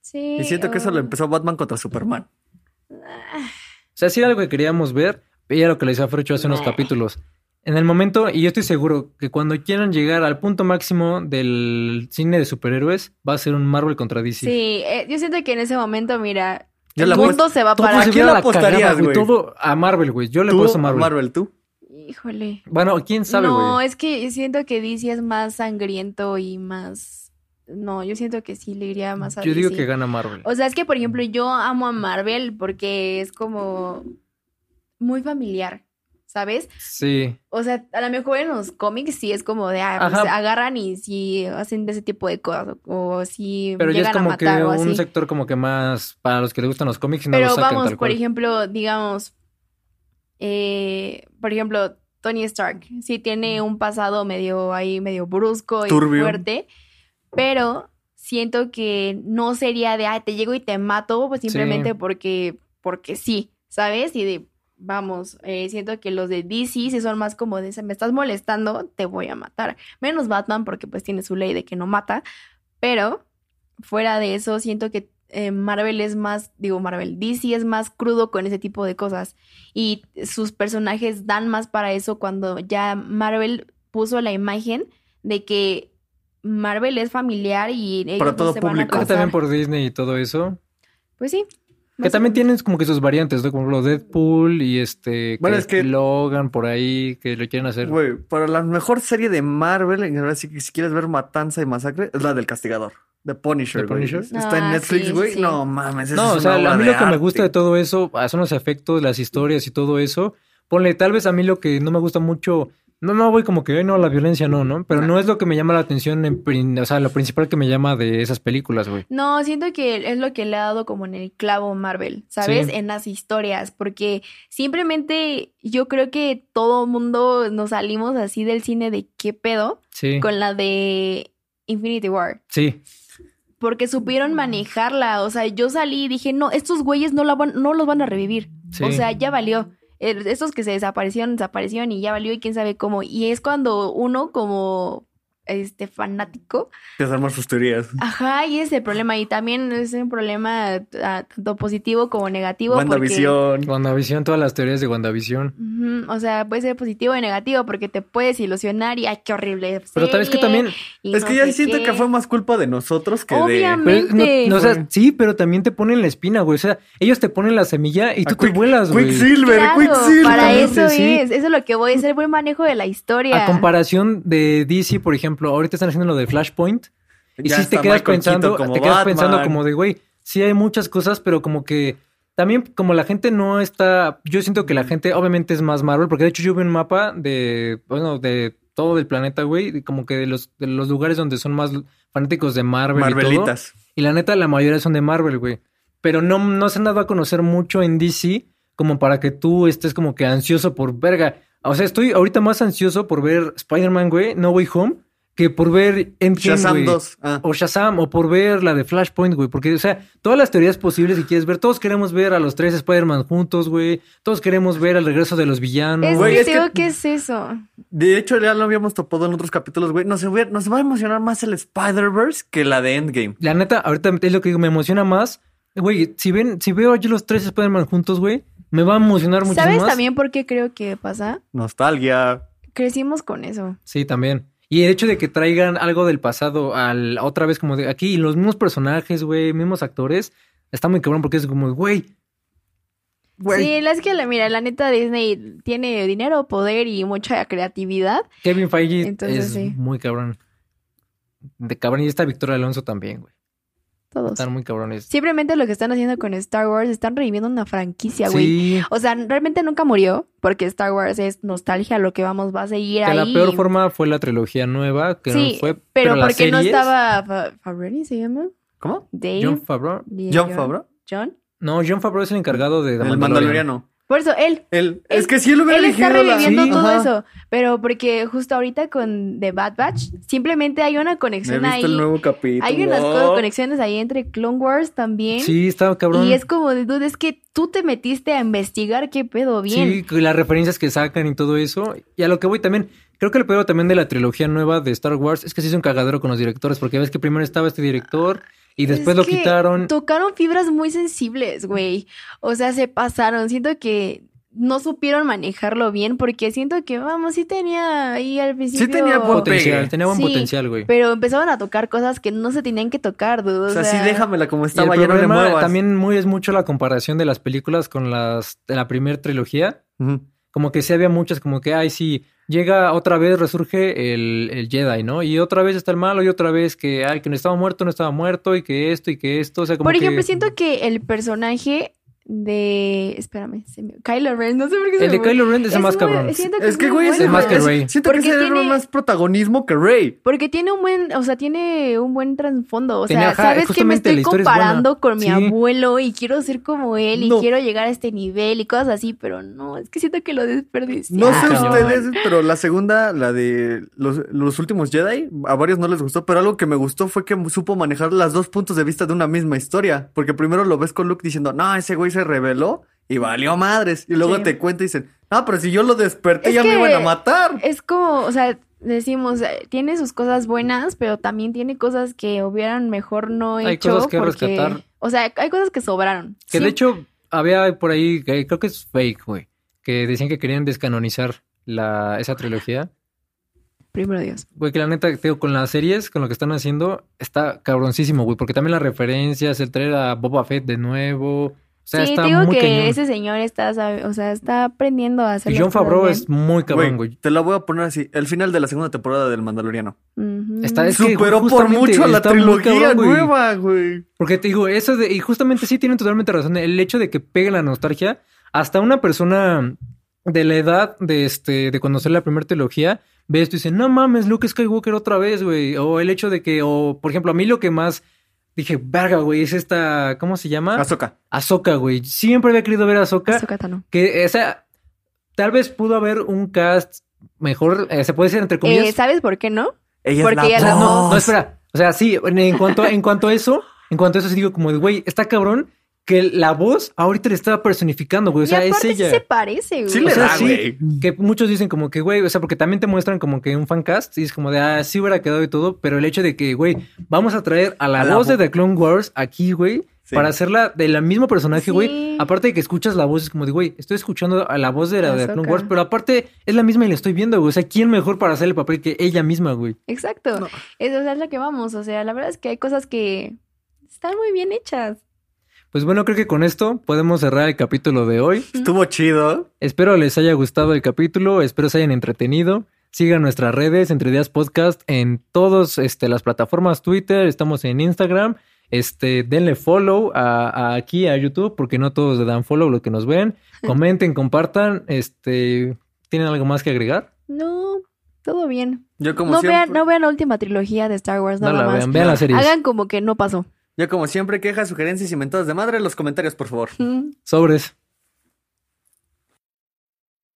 Sí.
Y siento que eso
ah.
lo empezó Batman contra Superman.
O sea, sí era algo que queríamos ver, y era lo que le decía a Fercho hace unos
Nah.
capítulos. En el momento, y yo estoy seguro que cuando quieran llegar al punto máximo del cine de superhéroes, va a ser un Marvel contra DC.
Sí, eh, yo siento que en ese momento, mira,
Yo
el
le
mundo se va
Todo
para...
se
quién
va
le
a la cagada,
apostarías, güey?
Todo a Marvel, güey. Yo le
¿Tú,
apuesto a Marvel.
Marvel, tú?
Híjole.
Bueno, quién sabe, güey.
no, es que siento que DC es más sangriento y más... No, yo siento que sí le iría más a
yo digo
DC.
que gana Marvel.
O sea, es que, por ejemplo, yo amo a Marvel porque es como muy familiar, ¿sabes?
Sí.
O sea, a lo mejor en los cómics sí es como de, ah, pues,
Ajá.
agarran y sí hacen de ese tipo de cosas, o si
Pero ya es
llegan a
como que
matar o
un
así.
sector como que más para los que les gustan los cómics y no
Pero
los sacan
vamos,
tal
por
cual.
ejemplo, digamos, eh, por ejemplo, Tony Stark sí tiene un pasado medio ahí, medio brusco y
Turbio.
fuerte, pero siento que no sería de, ah, te llego y te mato, pues simplemente porque, porque sí, ¿sabes? Y de, vamos, eh, siento que los de DC sí son más como de, me estás molestando, te voy a matar. Menos Batman porque pues tiene su ley de que no mata, pero fuera de eso, siento que eh, Marvel es más, digo Marvel, DC es más crudo con ese tipo de cosas. Y sus personajes dan más para eso cuando ya Marvel puso la imagen de que Marvel es familiar y ellos
Para
no
todo
se van a
público.
Creo que
casar.
también por Disney y todo eso.
Pues sí.
Que también tienes como que sus variantes, ¿no? Como lo Deadpool y este.
Bueno, es que-
Logan por ahí, que lo quieren hacer.
Güey, para la mejor serie de Marvel, en general, si, si quieres ver Matanza y Masacre, es la del Castigador. The Punisher,
¿The
güey.
Punisher?
Está en
Ah,
Netflix,
sí,
güey.
sí.
No mames, esa
No,
es
o sea,
una obra
a mí
de
lo que me
arte.
gusta de todo eso ah, son los efectos, las historias y todo eso. Ponle, tal vez a mí lo que no me gusta mucho. No, no, voy como que, "Ay, no, la violencia no, ¿no? Pero no es lo que me llama la atención, en prin- o sea, lo principal que me llama de esas películas, güey.
No, siento que es lo que le ha dado como en el clavo Marvel, ¿sabes?
Sí.
En las historias, porque simplemente yo creo que todo mundo nos salimos así del cine de qué pedo
Sí.
con la de Infinity War.
Sí.
Porque
Mm.
supieron manejarla. O sea, yo salí y dije, no, estos güeyes no, la van, no los van a revivir.
Sí.
O sea, ya valió. Eh, Estos que se desaparecieron, desaparecieron y ya valió y quién sabe cómo. Y es cuando uno como este fanático.
Te armar sus teorías.
Ajá, y ese es el problema. Y también es un problema ah, tanto positivo como negativo. porque-
WandaVision.
WandaVision, todas las teorías de WandaVision.
Ujú, O sea, puede ser positivo y negativo porque te puedes ilusionar y ay, qué horrible.
Pero tal vez que
serie,
también.
y
Es
no
que ya
sé
siento
qué.
que fue más culpa de nosotros que
Obviamente.
pero es- no-
Mente.
no, o sea,
Güey.
sí, pero también te ponen la espina, güey. O sea, ellos te ponen la semilla y
de.
tú te vuelas, güey.
Quicksilver,
Claro,
Quicksilver.
para
Exactamente,
eso
sí.
es. Eso es lo que voy, es el buen manejo de la historia.
A comparación de DC, por ejemplo, ahorita están haciendo lo de Flashpoint. Y
Ya
si te
está
quedas
Michael
pensando,
Keaton como
te quedas
Batman.
pensando como de, güey, sí hay muchas cosas, pero como que también como la gente no está, yo siento que la gente obviamente es más Marvel, porque de hecho yo vi un mapa de, bueno, de todo el planeta, güey, y como que de los, de los lugares donde son más fanáticos de Marvel. Y, todo,
Marvelitas.
y la neta, la mayoría son de Marvel, güey. Pero no, no se han dado a conocer mucho en DC como para que tú estés como que ansioso por verga. O sea, estoy ahorita más ansioso por ver Spider-Man, güey, No Way Home, que por ver Endgame,
Shazam
güey.
2. Ah.
O Shazam, o por ver la de Flashpoint, güey. Porque, o sea, todas las teorías posibles que quieres ver, todos queremos ver a los tres Spider-Man juntos, güey. Todos queremos ver el regreso de los villanos.
es
Güey,
que
es
te digo,
que-
¿qué es eso?
De hecho, ya lo habíamos topado en otros capítulos, güey. Nos, hubiera- nos va a emocionar más el Spider-Verse que la de Endgame.
La neta, ahorita es lo que digo, me emociona más. Güey, si ven, si veo yo los tres Spider-Man juntos, güey, me va a emocionar mucho
¿Sabes
más.
también por qué creo que pasa?
Nostalgia.
Crecimos con eso.
Sí, también. Y el hecho de que traigan algo del pasado al otra vez como de aquí, y los mismos personajes, güey, mismos actores, está muy cabrón porque es como, güey,
Güey.
Sí, la es que la, mira, la neta Disney tiene dinero, poder y mucha creatividad.
Kevin Feige
Entonces,
es
sí.
muy cabrón. De cabrón, y está Victoria Alonso también, güey.
Todos.
Están muy cabrones.
Simplemente lo que están haciendo con Star Wars, están reviviendo una franquicia, güey.
Sí,
O sea, realmente nunca murió, porque Star Wars es nostalgia, lo que vamos, va a seguir
que la
ahí.
peor forma fue la trilogía nueva, que
sí,
no fue.
pero,
las
porque no
series-
estaba... Fa- ¿Favroni se llama?
¿Cómo?
Dave.
John Favreau.
Dave,
John Favreau.
John.
No, John Favreau es el encargado de The
El
Mandalorian.
Mandaloriano.
Por eso, él.
Él.
Él-
Es que si él hubiera
Él está
elegido la-
reviviendo
Sí,
todo
ajá.
eso. Pero porque justo ahorita con The Bad Batch, simplemente hay una
Me he
conexión
visto
ahí.
el nuevo capítulo. Oh.
Hay unas co- conexiones ahí entre Clone Wars también.
Sí, estaba cabrón.
Y es como, de, dude, es que tú te metiste a investigar qué pedo bien.
Sí, que las referencias que sacan y todo eso. Y a lo que voy también, creo que el peor también de la trilogía nueva de Star Wars es que se hizo un cagadero con los directores, porque ves que primero estaba este director y después
Es
lo
que
quitaron.
Tocaron fibras muy sensibles, güey. O sea, se pasaron. Siento que no supieron manejarlo bien porque siento que, vamos, sí tenía ahí al principio.
tenía buen pe-
Potencial,
Pegue.
tenía buen
Sí,
potencial, güey.
Pero empezaban a tocar cosas que no se tenían que tocar, dude.
O sea, sí, déjamela
Y
como
el
estaba, ya no le
problema
muevas.
también muy, es mucho la comparación de las películas con las de la primera trilogía.
Ujú.
como que sí había muchas, como que, ay, sí, llega otra vez, resurge el, el Jedi, ¿no? Y otra vez está el malo, y otra vez que, ay, que no estaba muerto, no estaba muerto, y que esto, y que esto, o sea, como
Por ejemplo,
que...
siento que el personaje de. Espérame, se me- Kylo Ren, no sé por qué se
El de
me-
Kylo Ren es, el
Es
más
muy-
cabrón.
siento
Es que,
muy
güey, ese
Es
bueno.
más que
es-
Rey.
Siento que
Porque
ese era
tiene-
más protagonismo que Rey.
Porque tiene un buen, o sea, tiene un buen trasfondo. O sea,
Tiene, ajá,
sabes que me
justamente, la
estoy
historia es buena.
comparando con mi
Sí.
abuelo y quiero ser como él y
No.
quiero llegar a este nivel y cosas así, pero no, es que siento que lo desperdicié.
No sé
Ah, cabrón.
ustedes, pero la segunda, la de los, los últimos Jedi, a varios no les gustó, pero algo que me gustó fue que supo manejar las dos puntos de vista de una misma historia. Porque primero lo ves con Luke diciendo, no, ese güey se rebeló y valió madres. Y luego
Sí.
te cuenta y dicen, no, pero si yo lo desperté
Es
ya
que-
me iban a matar.
Es como, o sea, decimos, eh, tiene sus cosas buenas, pero también tiene cosas que hubieran mejor no hecho.
Hay cosas que
porque-
rescatar.
O sea, hay cosas que sobraron.
Que
Sí,
de hecho, había por ahí, que creo que es fake, güey, que decían que querían descanonizar la, esa trilogía.
Primero Dios.
Güey, que la neta, te digo, con las series, con lo que están haciendo, está cabroncísimo, güey, porque también las referencias, el traer a Boba Fett de nuevo, o sea,
sí, te
está
digo
muy
que
cañón.
ese señor está, sabe- o sea, está aprendiendo a hacer
Y
las
John
cosas
Favreau
bien.
es muy cabrón,
Güey,
güey.
te la voy a poner así, el final de la segunda temporada del Mandaloriano.
Ujú.
Está- Es que
Superó por
justamente
mucho a la
está muy
trilogía
cabrón, güey.
nueva, güey.
Porque te digo, eso de. Y justamente sí tienen totalmente razón. El hecho de que pegue la nostalgia, hasta una persona de la edad de este de conocer la primera trilogía ve esto y dice, no mames, Luke Skywalker otra vez, güey. O el hecho de que, o por ejemplo, a mí lo que más dije, verga, güey, es esta, ¿cómo se llama?
Azoka.
Ahsoka, güey. Siempre había querido ver a Ahsoka.
Ahsoka Tano.
Que esa, tal vez pudo haber un cast mejor, eh, se puede decir entre comillas,
Eh, ¿Sabes por qué no?
Ella
Porque ella
es la
la-
no, no,
voz.
espera. O sea, sí, en, en cuanto, en cuanto a eso, en cuanto a eso sí digo como, de, güey, está cabrón que la voz ahorita le estaba personificando, güey. O sea,
y
es
aparte sí
ella.
se parece, güey.
Sí
O
le
sea,
da,
sí.
güey.
Que muchos dicen como que, güey, o sea, porque también te muestran como que un fancast y es como de, ah, sí hubiera quedado y todo, pero el hecho de que, güey, vamos a traer a la
A la
voz de
vo-
The Clone Wars aquí, güey,
Sí.
para hacerla de la mismo personaje, güey.
Sí.
Aparte de que escuchas la voz, es como de, güey, estoy escuchando a la voz de la de The Clone
Ahsoka.
Wars, pero aparte es la misma y la estoy viendo, güey. O sea, ¿quién mejor para hacer el papel que ella misma, güey?
Exacto.
No.
Eso es a lo que vamos. O sea, la verdad es que hay cosas que están muy bien hechas.
Pues bueno, creo que con esto podemos cerrar el capítulo de hoy.
Estuvo chido.
Espero les haya gustado el capítulo, espero se hayan entretenido. Sigan nuestras redes, Entre Días Podcast, en todas este, las plataformas Twitter, estamos en Instagram. Este, denle follow a, a- aquí a YouTube, porque no todos le dan follow lo que nos ven. Comenten, compartan. Este, ¿Tienen algo más que agregar?
No, todo bien.
Yo como
No
siempre.
vean, no vean la última trilogía de Star Wars,
No
nada
la
más.
vean, vean las series.
Hagan como que no pasó.
Yo como siempre, quejas, sugerencias y mentadas de madre en los comentarios, por favor.
Mm.
Sobres.